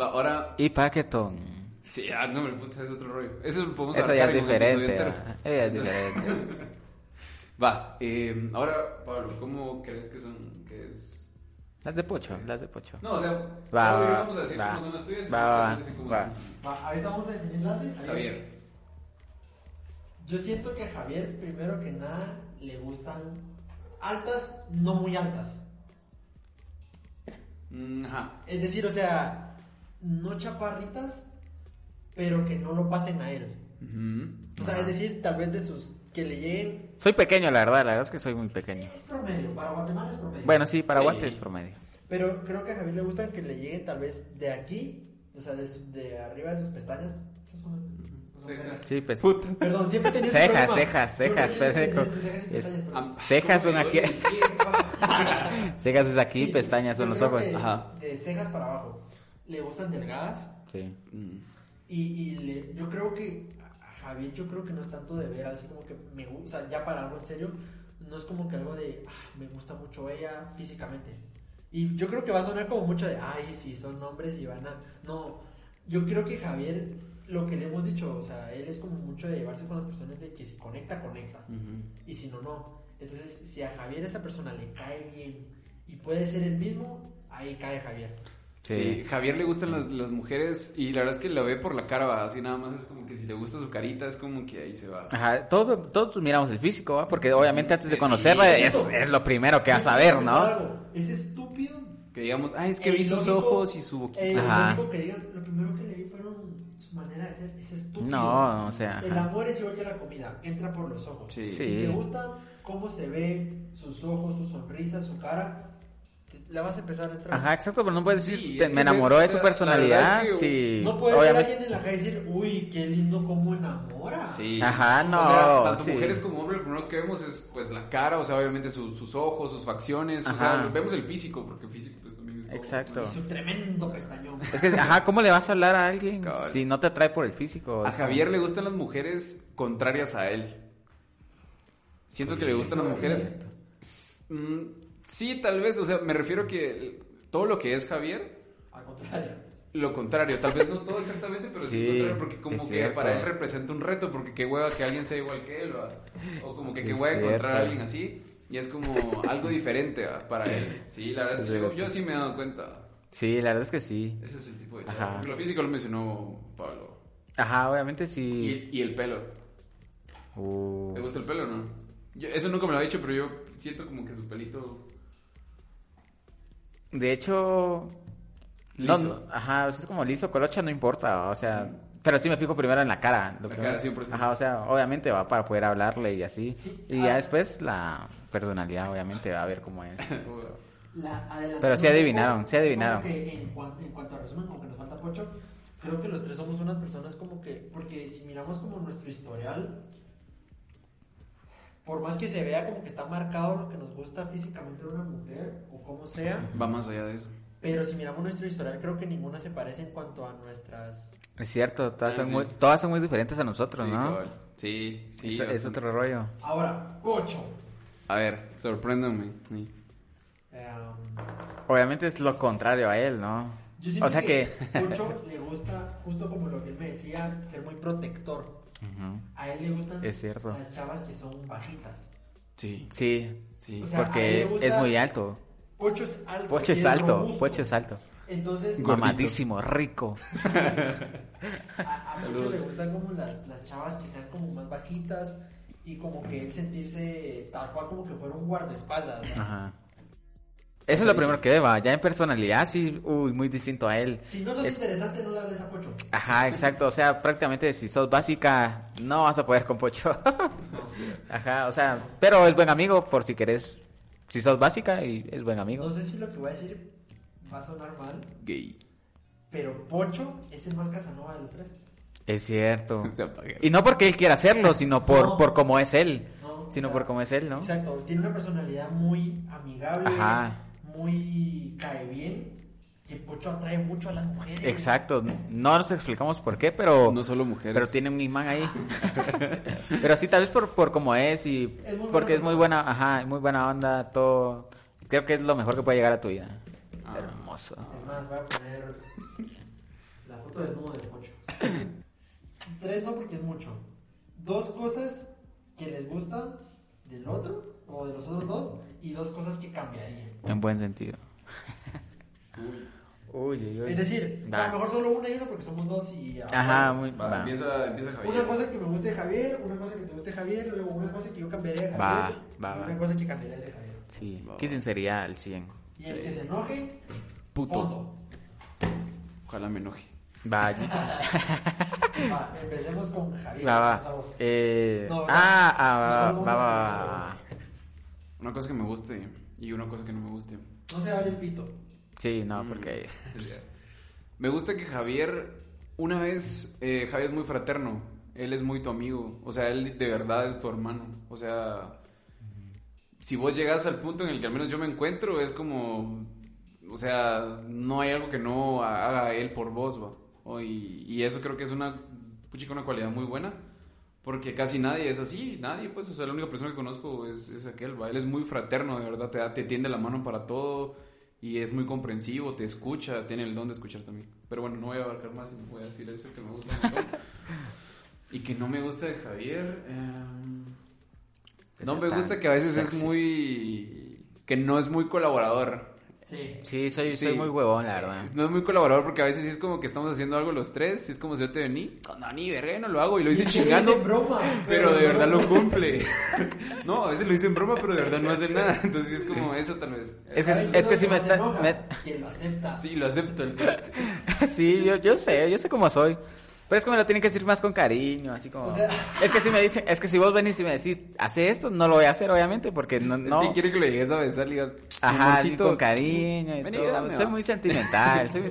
va, ahora Y Paquetón. Sí, ah, no, me puta, es otro rollo. Eso lo podemos Eso ya abarcar es en un episodio diferente, entero. ¿va? Ella es diferente. Va, eh, ahora, Pablo, ¿cómo crees que son, que es...? Las de Pocho, las de Pocho. No, o sea, Va, Pablo, va, vamos a decir va. cómo son las tuyas. Va, y va, vamos a decir cómo va. son. Va, ahorita vamos a definir las de Está bien. Yo siento que a Javier, primero que nada, le gustan altas, no muy altas. Mm, Ajá. Es decir, o sea, no chaparritas, pero que no lo pasen a él. Ujú. O sea, Ajá. es decir, tal vez de sus que le lleguen. Soy pequeño, la verdad, la verdad es que soy muy pequeño. Es promedio, para Guatemala es promedio. Bueno, sí, para Sí. guantes promedio. Pero creo que a Javier le gustan que le lleguen tal vez de aquí, o sea, de, su- de arriba de sus pestañas. Esas son las- esas son las- Sí, pues. Puta. Perdón, siempre tenía ese Cejas, problema. cejas, Yo cejas, siempre tenía pendejo. cejas y Es- pestañas, perdón. Am- Cejas son ¿Cómo me aquí. duele? Cejas es aquí, Sí, pestañas son yo los creo ojos. que Ajá. De cejas para abajo. Le gustan delgadas. Sí. Mm. Y, y le- yo creo que a Javier, yo creo que no es tanto de ver, así como que me gusta, ya para algo en serio, no es como que algo de, "Ah, me gusta mucho ella físicamente. Y yo creo que va a sonar como mucho de, ay, si son hombres y van a... No, yo creo que Javier, lo que le hemos dicho, o sea, él es como mucho de llevarse con las personas de que si conecta, conecta Ujú. y si no, no. Entonces, si a Javier esa persona le cae bien y puede ser el mismo, ahí cae Javier. Sí. Sí. Javier le gustan las, las mujeres y la verdad es que la ve por la cara, va, así nada más es como que si le gusta su carita es como que ahí se va. Ajá, todos, todos miramos el físico, ¿va? porque obviamente antes de Sí. conocerla es, es lo primero que vas a ver, ¿no? Algo, Es estúpido. Que digamos, ah, es que e vi sus ilógico, ojos y su boquita. e Ajá. ilógico que digan, lo primero que le vi fueron su manera de ser. Es estúpido. No, o sea, El ajá. amor es igual que la comida, entra por los ojos. Sí. Sí. Si te gusta cómo se ve, sus ojos, su sonrisa, su cara, te- la vas a empezar a entrar. Ajá, exacto, pero no puedes Sí, decir, es te- que me enamoró de ves, su o sea, la verdad personalidad, es que sí. No puedes ver a obviamente. alguien en la calle y decir, uy, qué lindo cómo enamora. Sí. Ajá, no, O sea, tanto sí. mujeres como hombres, lo primero que vemos es pues la cara, o sea, obviamente su- sus ojos, sus facciones, o Ajá. sea, vemos el físico, porque el físico pues también es todo. Exacto. Y su tremendo pestañón. Es que, ajá, ¿cómo le vas a hablar a alguien Cabal. si no te atrae por el físico? A Es como- Javier le gustan las mujeres contrarias a él. Siento que le gustan las mujeres. Mm, sí, tal vez, o sea, me refiero que el- todo lo que es Javier, Al contrario. lo contrario, tal vez no todo exactamente, pero sí, Sí, lo contrario, porque como es que cierto. para él representa un reto, porque qué hueva que alguien sea igual que él, ¿va? o como que qué Es hueva encontrar a cierto. alguien así. Y es como algo diferente ¿va? para él. Sí, la verdad es que yo, yo sí me he dado cuenta. Sí, la verdad es que sí. Ese es el tipo de Ajá. chavo. Lo físico lo mencionó Pablo. Ajá, obviamente sí. Y, y el pelo. Uh, ¿Te gusta el pelo o no? Yo- eso nunca me lo ha dicho, pero yo siento como que su pelito. de hecho, no, Liso. no, ajá, o sea, es como liso, colocha, no importa, o sea, pero sí me fijo primero en la cara. lo La primero- cara, 100%. Ajá, o sea, obviamente va para poder hablarle y así. Sí. Y ya Ah. después la personalidad, obviamente, va a ver cómo es. La adelantamos Pero sí un adivinaron, poco, sí adivinaron. como que en, cuan- en cuanto a resumen, como que nos falta Pocho, creo que los tres somos unas personas como que, porque si miramos como nuestro historial, por más que se vea como que está marcado lo que nos gusta físicamente de una mujer o como sea, Va más allá de eso. pero si miramos nuestro historial creo que ninguna se parece en cuanto a nuestras... Es cierto, todas, Ah, son, sí. muy, todas son muy diferentes a nosotros, sí, ¿no? cabal. Sí, sí. es, es bastante. otro rollo. Ahora, Pocho. A ver, sorpréndanme. Sí. Em, Obviamente es lo contrario a él, ¿no? Yo siento O sea que... Pocho le gusta, justo como lo que él me decía, ser muy protector. Ujú, A él le gustan Es cierto. las chavas que son bajitas. Sí, Sí, sí. O sea, a él porque le gusta- es muy alto. Pocho es alto. Pocho y es alto, robusto. Pocho es alto. Entonces, Gordito. Mamadísimo, rico. a, a Pocho Saludos. le gustan como las, las chavas que sean como más bajitas y como que él sentirse tal cual como que fuera un guardaespaldas. ¿no? Ajá. Eso es lo primero que ve, va. Ya en personalidad, sí, uy, muy distinto a él. Si no sos Es- interesante, no le hables a Pocho. Ajá, exacto. O sea, prácticamente si sos básica, no vas a poder con Pocho. Ajá, o sea, pero es buen amigo por si querés. Si sos básica, y es buen amigo. No sé si lo que voy a decir va a sonar mal, Gay. pero Pocho es el más casanova de los tres. Es cierto. Se apaga. Y no porque él quiera hacerlo, sino por, No. por cómo es él. No, Sino o sea, por cómo es él, ¿no? Exacto, tiene una personalidad muy amigable, Ajá. muy cae bien, que Pocho atrae mucho a las mujeres. Exacto. No nos explicamos por qué, pero, No solo mujeres. pero tiene un imán ahí. pero sí, tal vez por, por cómo es y Es muy buena porque es muy buena, ajá, muy buena onda, todo. Creo que es lo mejor que puede llegar a tu vida. Ah. Hermoso. Es más, voy a poner la foto desnudo de Pocho. Tres no porque es mucho. Dos cosas que les gustan del otro o de los otros dos y dos cosas que cambiarían. En buen sentido. Uy, uy, uy. Es decir, Va. a lo mejor solo una y uno porque somos dos y... Ajá, Ah, muy Va, va. Empieza, empieza Una Javier. cosa que me guste de Javier, una cosa que te guste de Javier, luego una cosa que yo cambiaría de Va, Javier, va, y va. una cosa que cambiaría de Javier. Sí, qué sinceridad al 100. Y el que se enoje, Puto. fondo. Ojalá me enoje. Va, Va, empecemos con Javier. va, esa va. voz. Eh, No, o sea, ah, ah, no, va, no, va, va, no, va, no, va. Una cosa que me guste y una cosa que no me guste. No se abre el pito. Sí, no, Mm. porque... Me gusta que Javier, una vez, eh, Javier es muy fraterno, él es muy tu amigo, o sea, él de verdad es tu hermano, o sea, si vos llegas al punto en el que al menos yo me encuentro, es como, o sea, no hay algo que no haga él por vos, va. O- Y, y eso creo que es una, puchica, una cualidad muy buena, porque casi nadie es así, nadie, pues, o sea, la única persona que conozco es, es aquel, va. Él es muy fraterno, de verdad, te, da- te tiende la mano para todo y es muy comprensivo, te escucha, tiene el don de escuchar también. Pero bueno, no voy a abarcar más y voy a decir eso que me gusta un montón. y que no me gusta de Javier. em, Que no sea me tan gusta que a veces es sexy. muy. que no es muy colaborador. Sí. Sí, soy, Sí. soy muy huevón, la verdad. No es muy colaborador porque a veces sí es como que estamos haciendo algo los tres. y es como si yo te vení, no, ni verga, yo no lo hago. Y lo hice chingando. Es broma. Pero de verdad lo cumple. No, a veces lo hice en broma, pero de verdad no hace nada. Entonces es como eso tal vez. Es que- ¿Saben qué es que lo sí me más está- enoja? me- Que lo acepta. Sí, lo acepto. el- Sí, yo, yo sé, yo sé cómo soy. Pero es que me lo tienen que decir más con cariño, así como... O sea- Es que si me dicen, es que si vos venís y me decís, hace esto, no lo voy a hacer, obviamente, porque no... no... Es que quiere que lo llegues a besar y digas, Ajá, sí, amorcito, con cariño y ven y todo. dame, soy va. muy sentimental, soy muy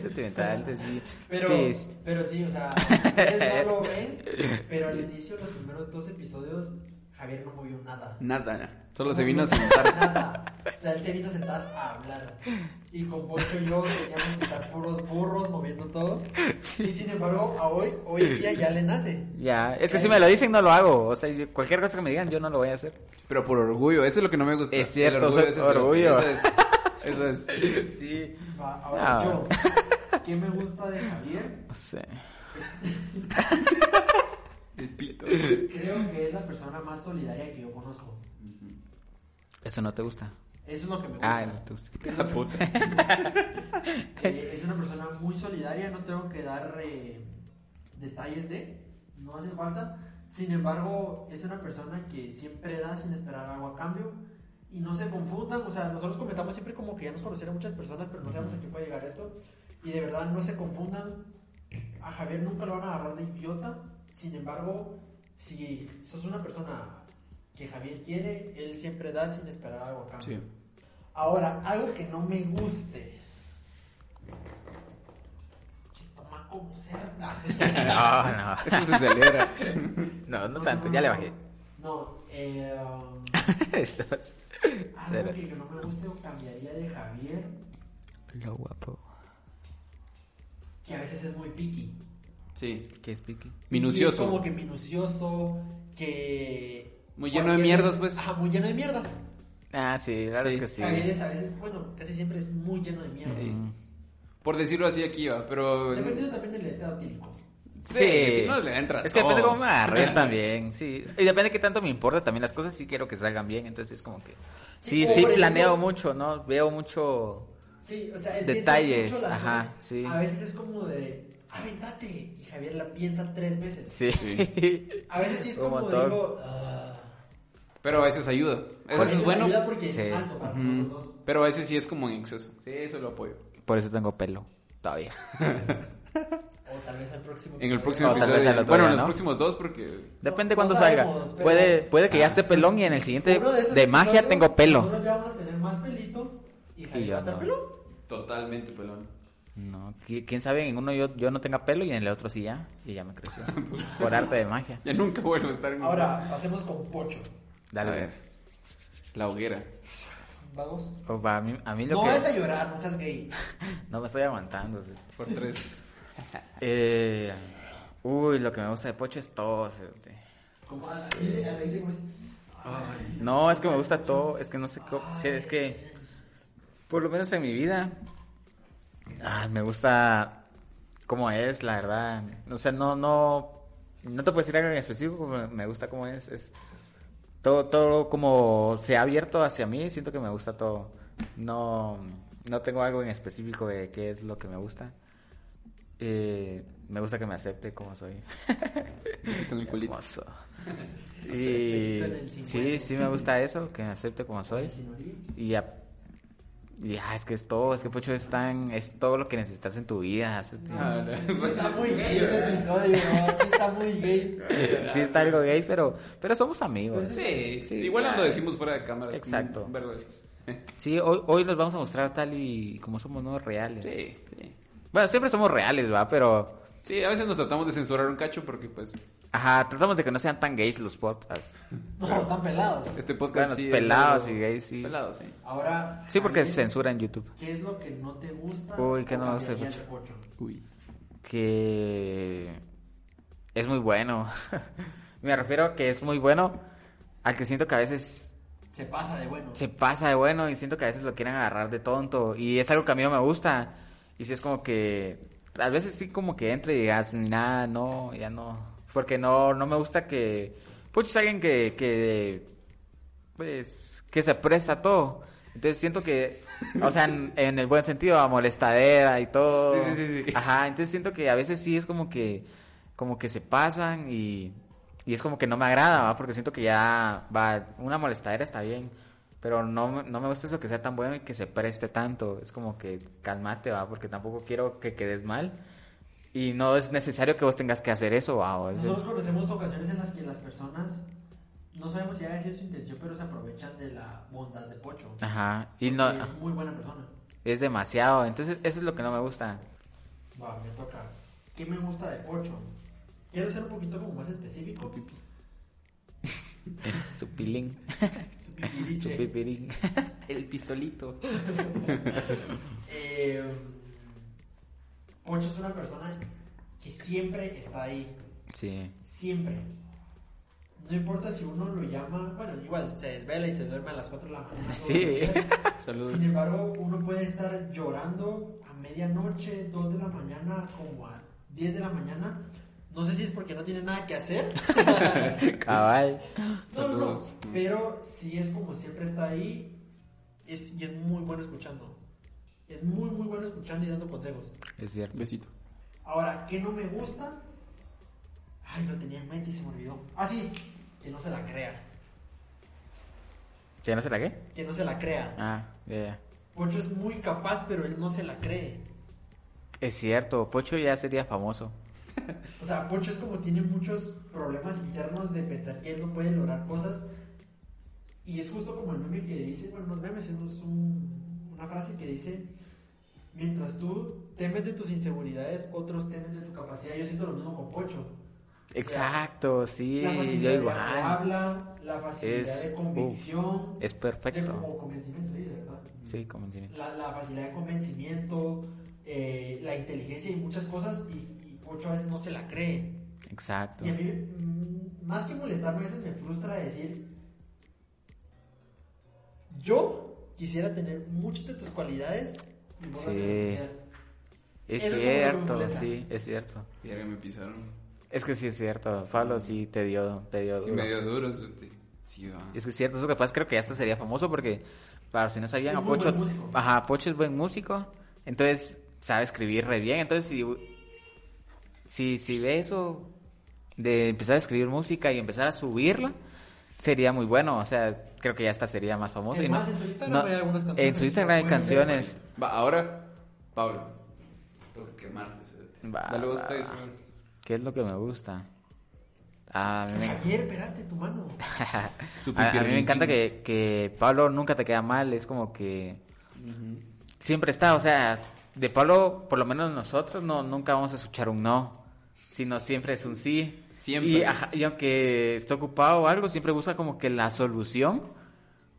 sentimental, entonces sí. Pero sí, sí, sí. pero sí o sea, ustedes no lo ven, pero al inicio, los primeros dos episodios, Javier no movió nada. Nada, nada. Solo se vino a sentar. Nada. O sea, él se vino a sentar a hablar. Y con Pocho y yo teníamos que estar puros burros moviendo todo. Y sin embargo, a hoy, hoy en día ya le nace. Ya, es que si me lo dicen no lo hago, o sea, yo- cualquier cosa que me digan yo no lo voy a hacer. Pero por orgullo, eso es lo que no me gusta. Es cierto, El orgullo, soy- ese es el- orgullo. Eso es. Eso es. Sí. Va, ahora Ah. yo. ¿Qué me gusta de Javier? No sé. El pito. Creo que es la persona más solidaria que yo conozco. Eso no te gusta. Eso es lo que me gusta. Ah, eso te gusta. Es lo que- Eh, es una persona muy solidaria, no tengo que dar eh, detalles de, no hace falta. Sin embargo, es una persona que siempre da sin esperar algo a cambio y no se confundan. O sea, nosotros comentamos siempre como que ya nos conocieron muchas personas, pero no sabemos a qué puede llegar esto. Y de verdad, no se confundan. A Javier nunca lo van a agarrar de idiota. Sin embargo, si sos una persona que Javier quiere, él siempre da sin esperar algo a cambio. Sí. Ahora, algo que no me guste. Que toma como cerdas. No, Eso se celebra. no, no, no tanto, ya le bajé. No, eh, um, Eso es algo que no me guste o cambiaría de Javier, Lo guapo. que a veces es muy picky. Sí. ¿Qué Y explique? Es como Minucioso. que minucioso, que... Muy lleno de mierdas, pues. Ajá, muy lleno de mierdas. Ah, sí, la verdad Sí. es que sí. Javier es a veces, bueno, casi siempre es muy lleno de mierdas. Sí. Por decirlo así aquí va, pero... Dependiendo también del estado tílico. Sí, si no le entra Es que depende todo. cómo me agarres también, sí. Y depende de qué tanto me importa también las cosas, sí quiero que salgan bien, entonces es como que... Sí, Sí, sí, por ejemplo- planeo mucho, ¿no? Veo mucho... Sí, o sea, él Detalles, piensa mucho las ajá, cosas. sí. A veces es como de, aventate. Y Javier la piensa tres veces. Sí. A veces sí es Un como, montón. digo, ah, Pero a veces ayuda. Eso a es veces bueno. ayuda porque es Sí. alto para Mm, los dos. Pero a veces sí es como en exceso. Sí, eso lo apoyo. Por eso tengo pelo, todavía. O tal vez al próximo En el próximo O tal episodio. vez al de- otro bueno, día, en los ¿no? próximos dos porque... Depende No cuándo salga. sabemos, pero- Puede, puede que ya esté pelón y en el siguiente Uno estos de magia episodios, tengo pelo. seguro ya van a tener más pelito y Javier yo va a estar no. pelón. Totalmente pelón. No, qui- quién sabe, en uno yo, yo no tenga pelo y en el otro sí ya. Y ya me creció. Por arte de magia. Ya nunca vuelvo a estar en... Ahora, pasemos con Pocho. Dale. A ver. La hoguera. Vamos. O va, a, mí, a mí lo No que... vas a llorar, no seas gay. No me estoy aguantando. sí. Por tres. Eh, uy, lo que me gusta de Pocho es todo. sí. Como a- a mí- a la gente pues, como es, ay, No, es que me gusta todo. Es que no sé cómo... sí, es que... Por lo menos en mi vida... ah, me gusta cómo es, la verdad. O sea, no, no... No te puedo decir algo en específico, pero me gusta cómo es. es todo, todo como se ha abierto hacia mí, siento que me gusta todo. No, no tengo algo en específico de qué es lo que me gusta. Eh, me gusta que me acepte como soy. Besito en el culito. Hermoso. besito en Y el sin sí, hueso. sí me gusta eso, que me acepte como soy. sin orines. Y ya, y ya, es que es todo, es que Pocho es tan, es todo lo que necesitas en tu vida. así, tío. Ah, no. Está muy gay este episodio, ¿no? Sí está muy gay. Sí está algo gay, pero, pero somos amigos. Sí, igual ya. lo decimos fuera de cámara. es como Exacto. un verbo de esos. Sí, hoy, hoy nos vamos a mostrar tal y como somos no reales. Sí, sí. Bueno, siempre somos reales, va, pero Sí, a veces nos tratamos de censurar un cacho porque pues ajá, tratamos de que no sean tan gays los podcasts. No, están pelados. este podcast Bueno, sí es pelados algo- y gays, sí. Pelados, sí. Ahora. Sí, porque se Javier, censura en YouTube. ¿Qué es lo que no te gusta? Uy, que o no me gusta cambiarías de Pocho? Uy. que es muy bueno. Me refiero a que es muy bueno al que siento que a veces Se pasa de bueno. se pasa de bueno y siento que a veces lo quieren agarrar de tonto y es algo que a mí no me gusta. Y si es como que a veces sí como que entre y digas, nada, no, ya no. Porque no, no me gusta que... Pucho es alguien que, que pues, que se presta a todo. Entonces siento que, o sea, en, en el buen sentido, a molestadera y todo. Sí, sí, sí, sí. Ajá, entonces siento que a veces sí es como que, como que se pasan y, y es como que no me agrada, ¿va? Porque siento que ya, va, una molestadera está bien, pero no, me- no me gusta eso que sea tan bueno y que se preste tanto. Es como que calmate, va, porque tampoco quiero que quedes mal. Y no es necesario que vos tengas que hacer eso, va. o es- Nosotros conocemos ocasiones en las que las personas no sabemos si ha sido su intención, pero se aprovechan de la bondad de Pocho. Ajá, Ah, y no, Porque Es muy buena persona. es demasiado. Entonces eso es lo que no me gusta. Va, me toca. ¿Qué me gusta de Pocho? Quiero ser un poquito como más específico. Su pilín, Su su pipiriche. pipirín. El pistolito. Eh, Pocho es una persona que siempre está ahí. Sí. Siempre. No importa si uno lo llama, bueno, igual se desvela y se duerme a las 4 de la mañana. Sí. Saludos. Sin embargo, uno puede estar llorando a medianoche, 2 de la mañana, como a 10 de la mañana. No sé si es porque no tiene nada que hacer. Cabal. no, no, no. Saludos. Pero si es como siempre está ahí. Es, y es muy bueno escuchando. Es muy, muy bueno escuchando y dando consejos. Es cierto. Besito. Ahora, ¿qué no me gusta? Ay, lo tenía en mente y se me olvidó. Ah, sí. Que no se la crea. ¿Que no se la qué? Que no se la crea. Ah, ya, ya. Pocho es muy capaz, pero él no se la cree. Es cierto, Pocho ya sería famoso. O sea, Pocho es como tiene muchos problemas internos de pensar que él no puede lograr cosas. Y es justo como el meme que dice, bueno, los memes es un- una frase que dice, mientras tú temes de tus inseguridades, otros temen de tu capacidad. Yo siento lo mismo con Pocho. Exacto, sí, la yo facilidad de la que igual. habla, la facilidad Es- de uf, convicción, Es de perfecto. como convencimiento, sí, de verdad. Sí, como en La, la facilidad de convencimiento, eh, la inteligencia y muchas cosas, y, y Pocho a veces no se la cree. Exacto. Y a mí, mm, más que molestarme, a veces me frustra decir, yo quisiera tener muchas de tus cualidades y vos las Sí. menosprecias". Es Eso es como lo que me cierto, molesta. sí, es cierto. Verga, me pisaron. Es que sí es cierto, Pablo sí te dio, te dio Sí, duro. medio duro, suerte. Sí, va. Es que es cierto, eso capaz creo que hasta sería famoso porque para si no sabían, Es a muy Pocho, buen músico. ajá, Pocho es buen músico, entonces sabe escribir re bien, entonces si si, si ve eso de empezar a escribir música y empezar a subirla sería muy bueno, o sea, creo que ya hasta sería más famoso Es y más, en su Instagram hay algunas canciones en su que Instagram hay pueden ver, canciones. Va, ahora, Pablo. Tengo que quemarte, suerte. Va, Dale vos va, tres, va. weón. ¿Qué es lo que me gusta? Ah, a mí me, Javier, espérate tu mano. Super a- a mí me piernintín. encanta que, que Pablo nunca te queda mal, es como que siempre está, o sea, de Pablo, por lo menos nosotros, no, nunca vamos a escuchar un no, sino siempre es un sí. Siempre. Y, ajá, y aunque esté ocupado o algo, siempre busca como que la solución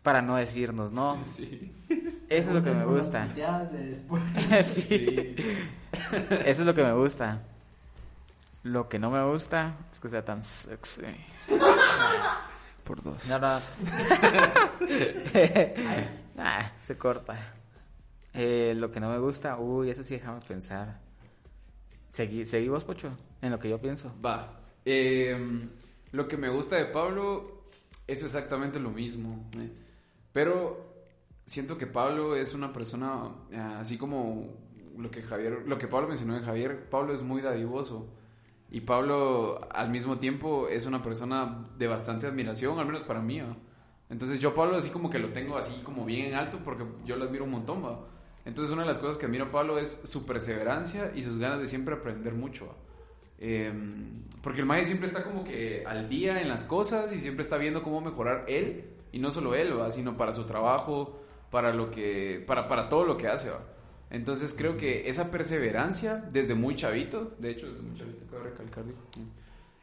para no decirnos no. Sí. Eso es lo que me Tengo unas gusta. puteadas de después. Sí. Sí. Eso es lo que me gusta. Lo que no me gusta es que sea tan sexy. E, Por dos. No, no. Ah, se corta. Eh, lo que no me gusta, uy, eso sí déjame pensar. Seguí, seguí vos, Pocho, en lo que yo pienso. Va. Eh, lo que me gusta de Pablo es exactamente lo mismo. ¿eh? Pero siento que Pablo es una persona, ah, así como lo que Javier, lo que Pablo mencionó de Javier, Pablo es muy dadivoso. Y Pablo al mismo tiempo es una persona de bastante admiración, al menos para mí. ¿va? Entonces yo Pablo así como que lo tengo así como bien en alto porque yo lo admiro un montón. ¿va? Entonces una de las cosas que admiro a Pablo es su perseverancia y sus ganas de siempre aprender mucho. ¿va? Eh, porque el Mae siempre está como que al día en las cosas y siempre está viendo cómo mejorar él, y no solo él, ¿va? sino para su trabajo, para, lo que, para, para todo lo que hace. ¿va? Entonces creo que esa perseverancia desde muy chavito, de hecho desde muy chavito, cabe recalcar, dijo,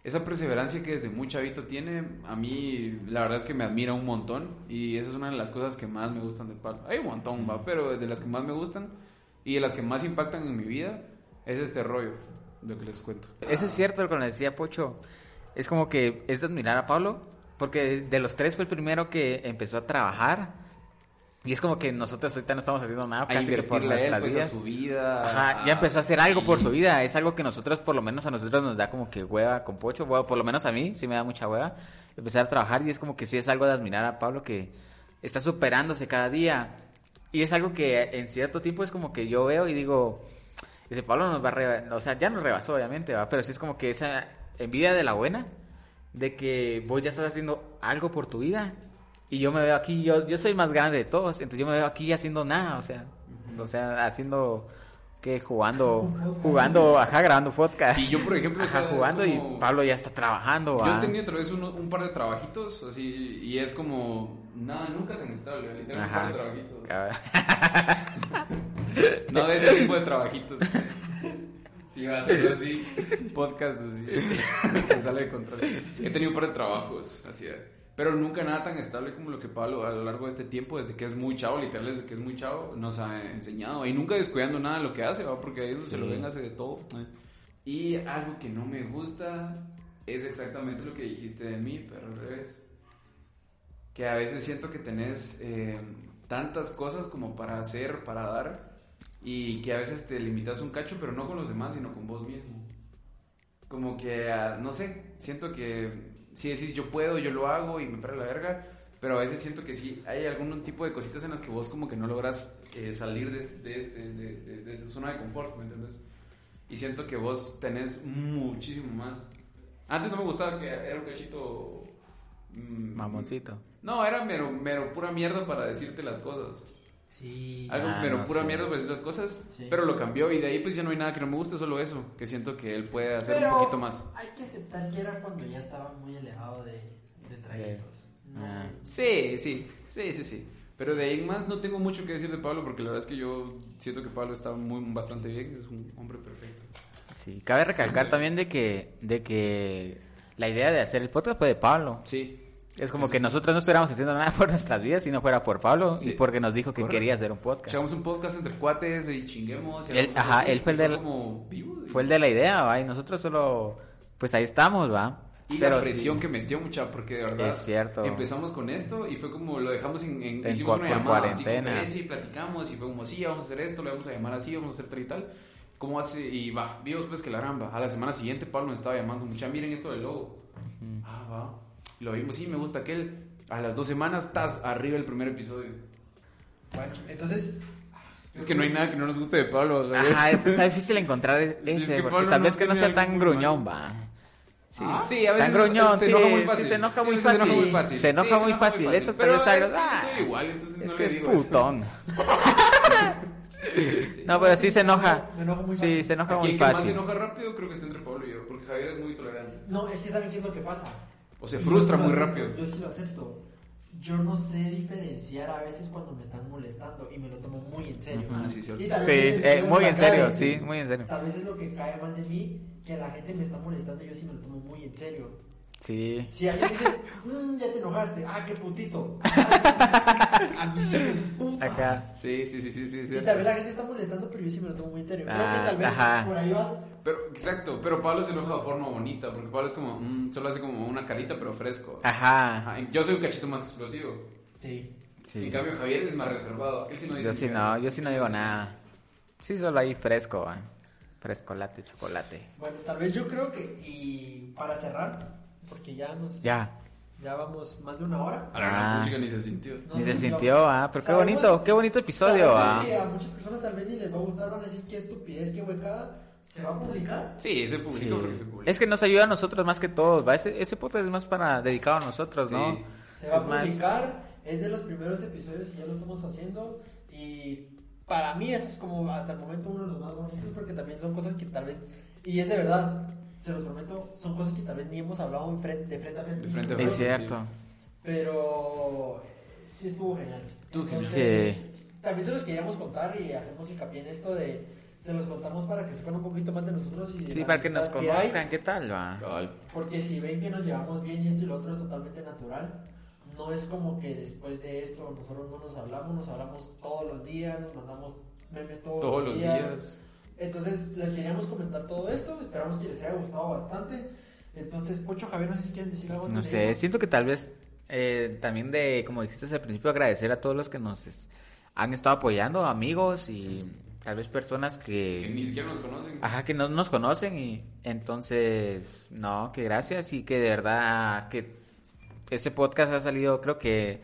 esa perseverancia que desde muy chavito tiene, a mí la verdad es que me admira un montón y esa es una de las cosas que más me gustan de Pablo. Hay un montón, ¿va? pero de las que más me gustan y de las que más impactan en mi vida es este rollo, lo que les cuento. Eso es cierto, lo que le decía Pocho. Es como que es de admirar a Pablo, porque de los tres fue el primero que empezó a trabajar. Y es como que nosotros ahorita no estamos haciendo nada, A ah, casi que por invertirle a él, nuestras pues, a vidas. su vida. Ajá, a- ya empezó a hacer sí. algo por su vida. Es algo que nosotros, por lo menos a nosotros, nos da como que hueva con Pocho. Bueno, por lo menos a mí sí me da mucha hueva empezar a trabajar. Y es como que sí es algo de admirar a Pablo que está superándose cada día. Y es algo que en cierto tiempo es como que yo veo y digo, ese Pablo nos va a reba- O sea, ya nos rebasó, obviamente, ¿va? pero sí es como que esa envidia de la buena, de que vos ya estás haciendo algo por tu vida. Y yo me veo aquí, yo, yo soy más grande de todos, entonces yo me veo aquí haciendo nada, o sea, o sea, haciendo que jugando, jugando, ajá, grabando podcast. Sí, yo, por ejemplo, o ajá, sea, es jugando y como- Pablo ya está trabajando. ah, Yo ¿va? he tenido otra vez uno- un par de trabajitos, así, y es como, nada, nunca tan estable, literal, un par de trabajitos. Cabal. No de ese tipo de trabajitos. Sí, va a ser así, podcast así, que sale de control. He tenido un par de trabajos, así, pero nunca nada tan estable como lo que Pablo a lo largo de este tiempo, desde que es muy chavo, literal, desde que es muy chavo, nos ha enseñado. Y nunca descuidando nada de lo que hace, ¿va? porque ahí es donde se Sí. lo ven, hace de todo. ¿eh? Y algo que no me gusta es exactamente lo que dijiste de mí, pero al revés que a veces siento que tenés eh, tantas cosas como para hacer, para dar, y que a veces te limitas un cacho, pero no con los demás, sino con vos mismo. como que, ah, no sé, siento que sí decís yo puedo, yo lo hago y me para la verga, pero a veces siento que sí hay algún tipo de cositas en las que vos como que no logras eh, salir de, de, de- de- de- de tu zona de confort, ¿me entiendes? Y siento que vos tenés muchísimo más. Antes no me gustaba que era un cachito... mm, Mamoncito. No, era mero, mero pura mierda para decirte las cosas. Sí. Algo, Ah, pero no pura sé. mierda para decir las cosas. Sí. Pero lo cambió y de ahí pues ya no hay nada que no me guste, solo eso. Que siento que él puede hacer Pero un poquito más. Hay que aceptar que era cuando ya estaba muy elevado de, de traguitos. No. Ah. Sí, sí, sí, sí, sí. Pero de ahí en más no tengo mucho que decir de Pablo porque la verdad es que yo siento que Pablo está muy bastante bien, es un hombre perfecto. Sí, cabe recalcar también de que, de que la idea de hacer el podcast fue de Pablo. Sí. Es como Eso que sí. nosotros no estuviéramos haciendo nada por nuestras vidas si no fuera por Pablo Sí. y porque nos dijo que Correcto. quería hacer un podcast. Echamos un podcast entre cuates y chinguemos. y Él- hagamos ajá, cosas él fue el y del- como vivo, y- Fue el de la idea, ¿va? Y nosotros solo, pues ahí estamos, ¿va? Y la presión que metió mucha, porque de verdad. Es cierto. Empezamos con esto y fue como lo dejamos en. en- En hicimos cua- una por llamada, cuarentena. así, conferencia, y platicamos y fue como, sí, vamos a hacer esto, le vamos a llamar así, vamos a hacer tal y tal. ¿Cómo hace? Y va, vimos pues que la ramba. A la semana siguiente Pablo nos estaba llamando, mucha, miren esto del logo. Ah, va. Lo vimos, sí, me gusta aquel. A las dos semanas estás arriba el primer episodio. Bueno, entonces. Es que no hay nada que no nos guste de Pablo. sí. ¿sabes? Ajá, es- está difícil encontrar e- Sí, ese, es que porque Pablo tal no vez que no tiene sea algo tan muy gruñón, ¿va? Sí, Ah, sí, a veces tan gruñón, se sí, enoja muy sí, fácil. se enoja Sí, muy a veces fácil. fácil. Se enoja Sí, muy fácil, eso tal Pero vez algo- es que ah, yo soy igual, entonces Es no que le es digo eso. putón. No, pero sí se enoja. Me enojo muy Sí, fácil. se enoja Aquí muy el que más se fácil. enoja rápido creo que está entre Pablo y yo, porque Javier es muy tolerante. No, es que saben qué es lo que pasa. O se Y frustra yo sí muy lo rápido. acepto, Yo sí lo acepto. Yo no sé diferenciar a veces cuando me están molestando y me lo tomo muy en serio. Ajá, Ah, sí, cierto. Y tal Sí, vez es eh, lo que muy en acaba de serio, decir. sí, muy en serio. Tal vez es lo que cae mal de mí, que la gente me está molestando y yo sí me lo tomo muy en serio. Sí. Si alguien me dice, "Mm, ya te enojaste, ah, qué putito. a mí se me emputa. Acá. Sí, sí, sí, sí, sí. Y cierto. tal vez la gente está molestando, pero yo sí me lo tomo muy en serio. Creo que Ah, tal vez ajá. por ahí va. Pero, exacto, pero Pablo se enoja de forma bonita, porque Pablo es como, mm, solo hace como una carita, pero fresco. Ajá. Ajá, y Yo soy un cachito más explosivo. Sí. Sí. En cambio, Javier es más reservado. Él sí no dice Yo sí ni verga. no, yo sí no digo nada. Sí, solo ahí fresco, ¿va? Fresco late, chocolate. Bueno, tal vez yo creo que, y para cerrar, porque ya nos. Ya. ya vamos más de una hora. A la gran Ah. puchica ni se sintió. No Ni sé se si lo- sintió, ah, pero qué Sabemos- bonito, qué bonito episodio, sabemos ah. que a muchas personas tal vez ni les va a gustar, van a decir qué estupidez, qué huecada. ¿Se va a publicar? Sí, se Sí. publicó porque se publicó. Es que nos ayuda a nosotros más que todos, ¿va? Ese, ese podcast es más para dedicado a nosotros, Sí. ¿no? Se va Es a más- publicar, es de los primeros episodios y ya lo estamos haciendo. Y para mí, eso es como hasta el momento uno de los más bonitos, porque también son cosas que tal vez, y es de verdad, se los prometo, son cosas que tal vez ni hemos hablado en frente- de frente a frente. De frente a frente. Es cierto. Pero eh, sí estuvo genial. Estuvo genial. Entonces, También se los queríamos contar y hacemos hincapié en esto de se los contamos para que sepan un poquito más de nosotros y de Sí, la para que nos amistad hay. conozcan, ¿qué tal, va? Cabal. porque si ven que nos llevamos bien y esto y lo otro es totalmente natural, no es como que después de esto nosotros no nos hablamos, nos hablamos todos los días, nos mandamos memes todos, Todos los días. Entonces les queríamos comentar todo esto, esperamos que les haya gustado bastante. Entonces, Pocho, Javier, no sé si quieren decir algo. No antes de sé, irnos. siento que tal vez eh, también de, como dijiste al principio, agradecer a todos los que nos es- han estado apoyando, amigos y tal vez personas Que que, ni siquiera nos conocen. ajá, que no nos conocen y entonces, no, que gracias y que de verdad que ese podcast ha salido, creo que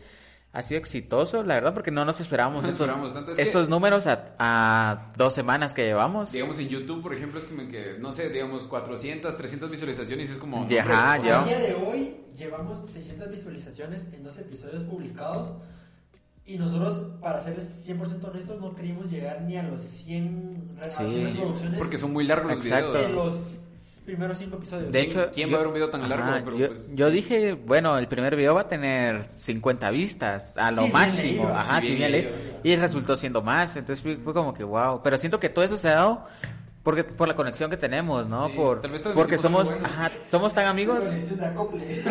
ha sido exitoso, la verdad, porque no nos esperábamos No nos esos, esperábamos tanto, es que- esos números a, a dos semanas que llevamos. Digamos en YouTube, por ejemplo, es como que, no sé, digamos 400, 300 visualizaciones y es como. hombre, Ya, ya. o sea, Al día de hoy llevamos 600 visualizaciones en dos episodios publicados y nosotros, para ser 100% honestos, no queríamos llegar ni a los 100 re- a las Sí. 100 sí, reproducciones porque son muy largos Exacto. los videos. de los primeros 5 episodios. De ¿Quién- hecho, quién va a ver un video tan largo? Pero yo, pues- yo dije, bueno, el primer video va a tener 50 vistas, a lo Sí, bien máximo. leído. Ajá, Sí, sí, bien bien leído. leído. Y resultó siendo más, entonces fue, fue como que wow. Pero siento que todo eso se ha dado porque por la conexión que tenemos, ¿no? Sí, por, tal vez transmitimos porque somos, algo bueno. ajá, somos tan amigos. Pero le dicen de acople.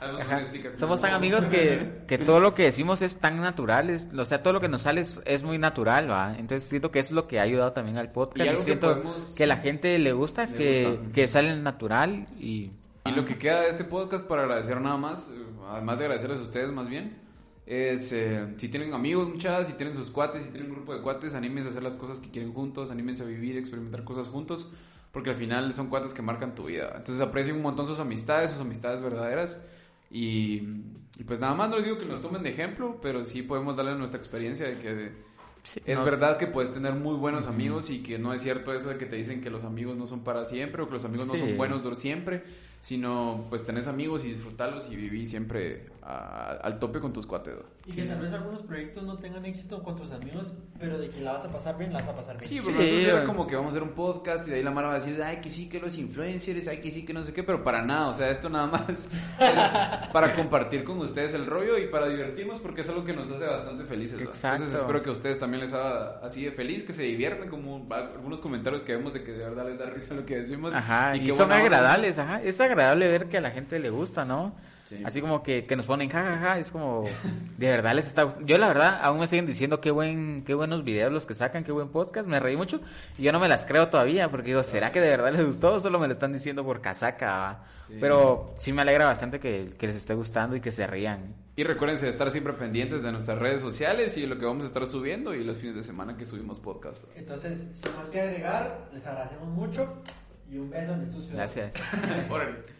Además, ajá, con stickers. somos tan amigos que, que todo lo que decimos es tan natural, es- o sea, todo lo que nos sale es, es muy natural, ¿va? Entonces siento que eso es lo que ha ayudado también al podcast. Y Y, algo que siento que, podemos- la gente le gusta, Le que, gusta. que sale natural y... Y lo que queda de este podcast para agradecer nada más, eh, además de agradecerles a ustedes más bien, es eh, si tienen amigos, muchachas, si tienen sus cuates, si tienen un grupo de cuates, anímense a hacer las cosas que quieren juntos, anímense a vivir, experimentar cosas juntos, porque al final son cuates que marcan tu vida. Entonces aprecio un montón sus amistades, sus amistades verdaderas. Y, y pues nada más no les digo que nos tomen de ejemplo, pero sí podemos darle nuestra experiencia de que Sí, es no- verdad que puedes tener muy buenos amigos y que no es cierto eso de que te dicen que los amigos no son para siempre o que los amigos no Sí. son buenos dur- siempre, sino pues tenés amigos y disfrutarlos y vivir siempre a- al tope con tus cuates. ¿no? Y que tal vez algunos proyectos no tengan éxito con tus amigos, pero de que la vas a pasar bien, la vas a pasar bien. Sí, Sí, porque entonces era o- como que vamos a hacer un podcast y de ahí la Mara va a decir, ay, que sí, que los influencers, ay, que sí, que no sé qué, pero para nada, o sea, esto nada más es para compartir con ustedes el rollo y para divertirnos porque es algo que nos hace bastante felices. ¿va? Exacto. Entonces espero que a ustedes también les haga así de feliz, que se diviertan, como va- algunos comentarios que vemos de que de verdad les da risa lo que decimos. Ajá, y, qué son buena onda. agradables, ajá. Es agradable ver que a la gente le gusta, ¿no? Sí. Así como que, que nos ponen jajaja, es como, de verdad les está gust- Yo la verdad, aún me siguen diciendo qué buen, qué buenos videos los que sacan, qué buen podcast, me reí mucho, y yo no me las creo todavía, porque digo, ¿será que de verdad les gustó o solo me lo están diciendo por casaca? va? Sí. Pero sí me alegra bastante que, que les esté gustando y que se rían. Y recuérdense de estar siempre pendientes de nuestras redes sociales y de lo que vamos a estar subiendo y los fines de semana que subimos podcast. Entonces, sin más que agregar, les agradecemos mucho y un beso en el tucio. Gracias. Órale.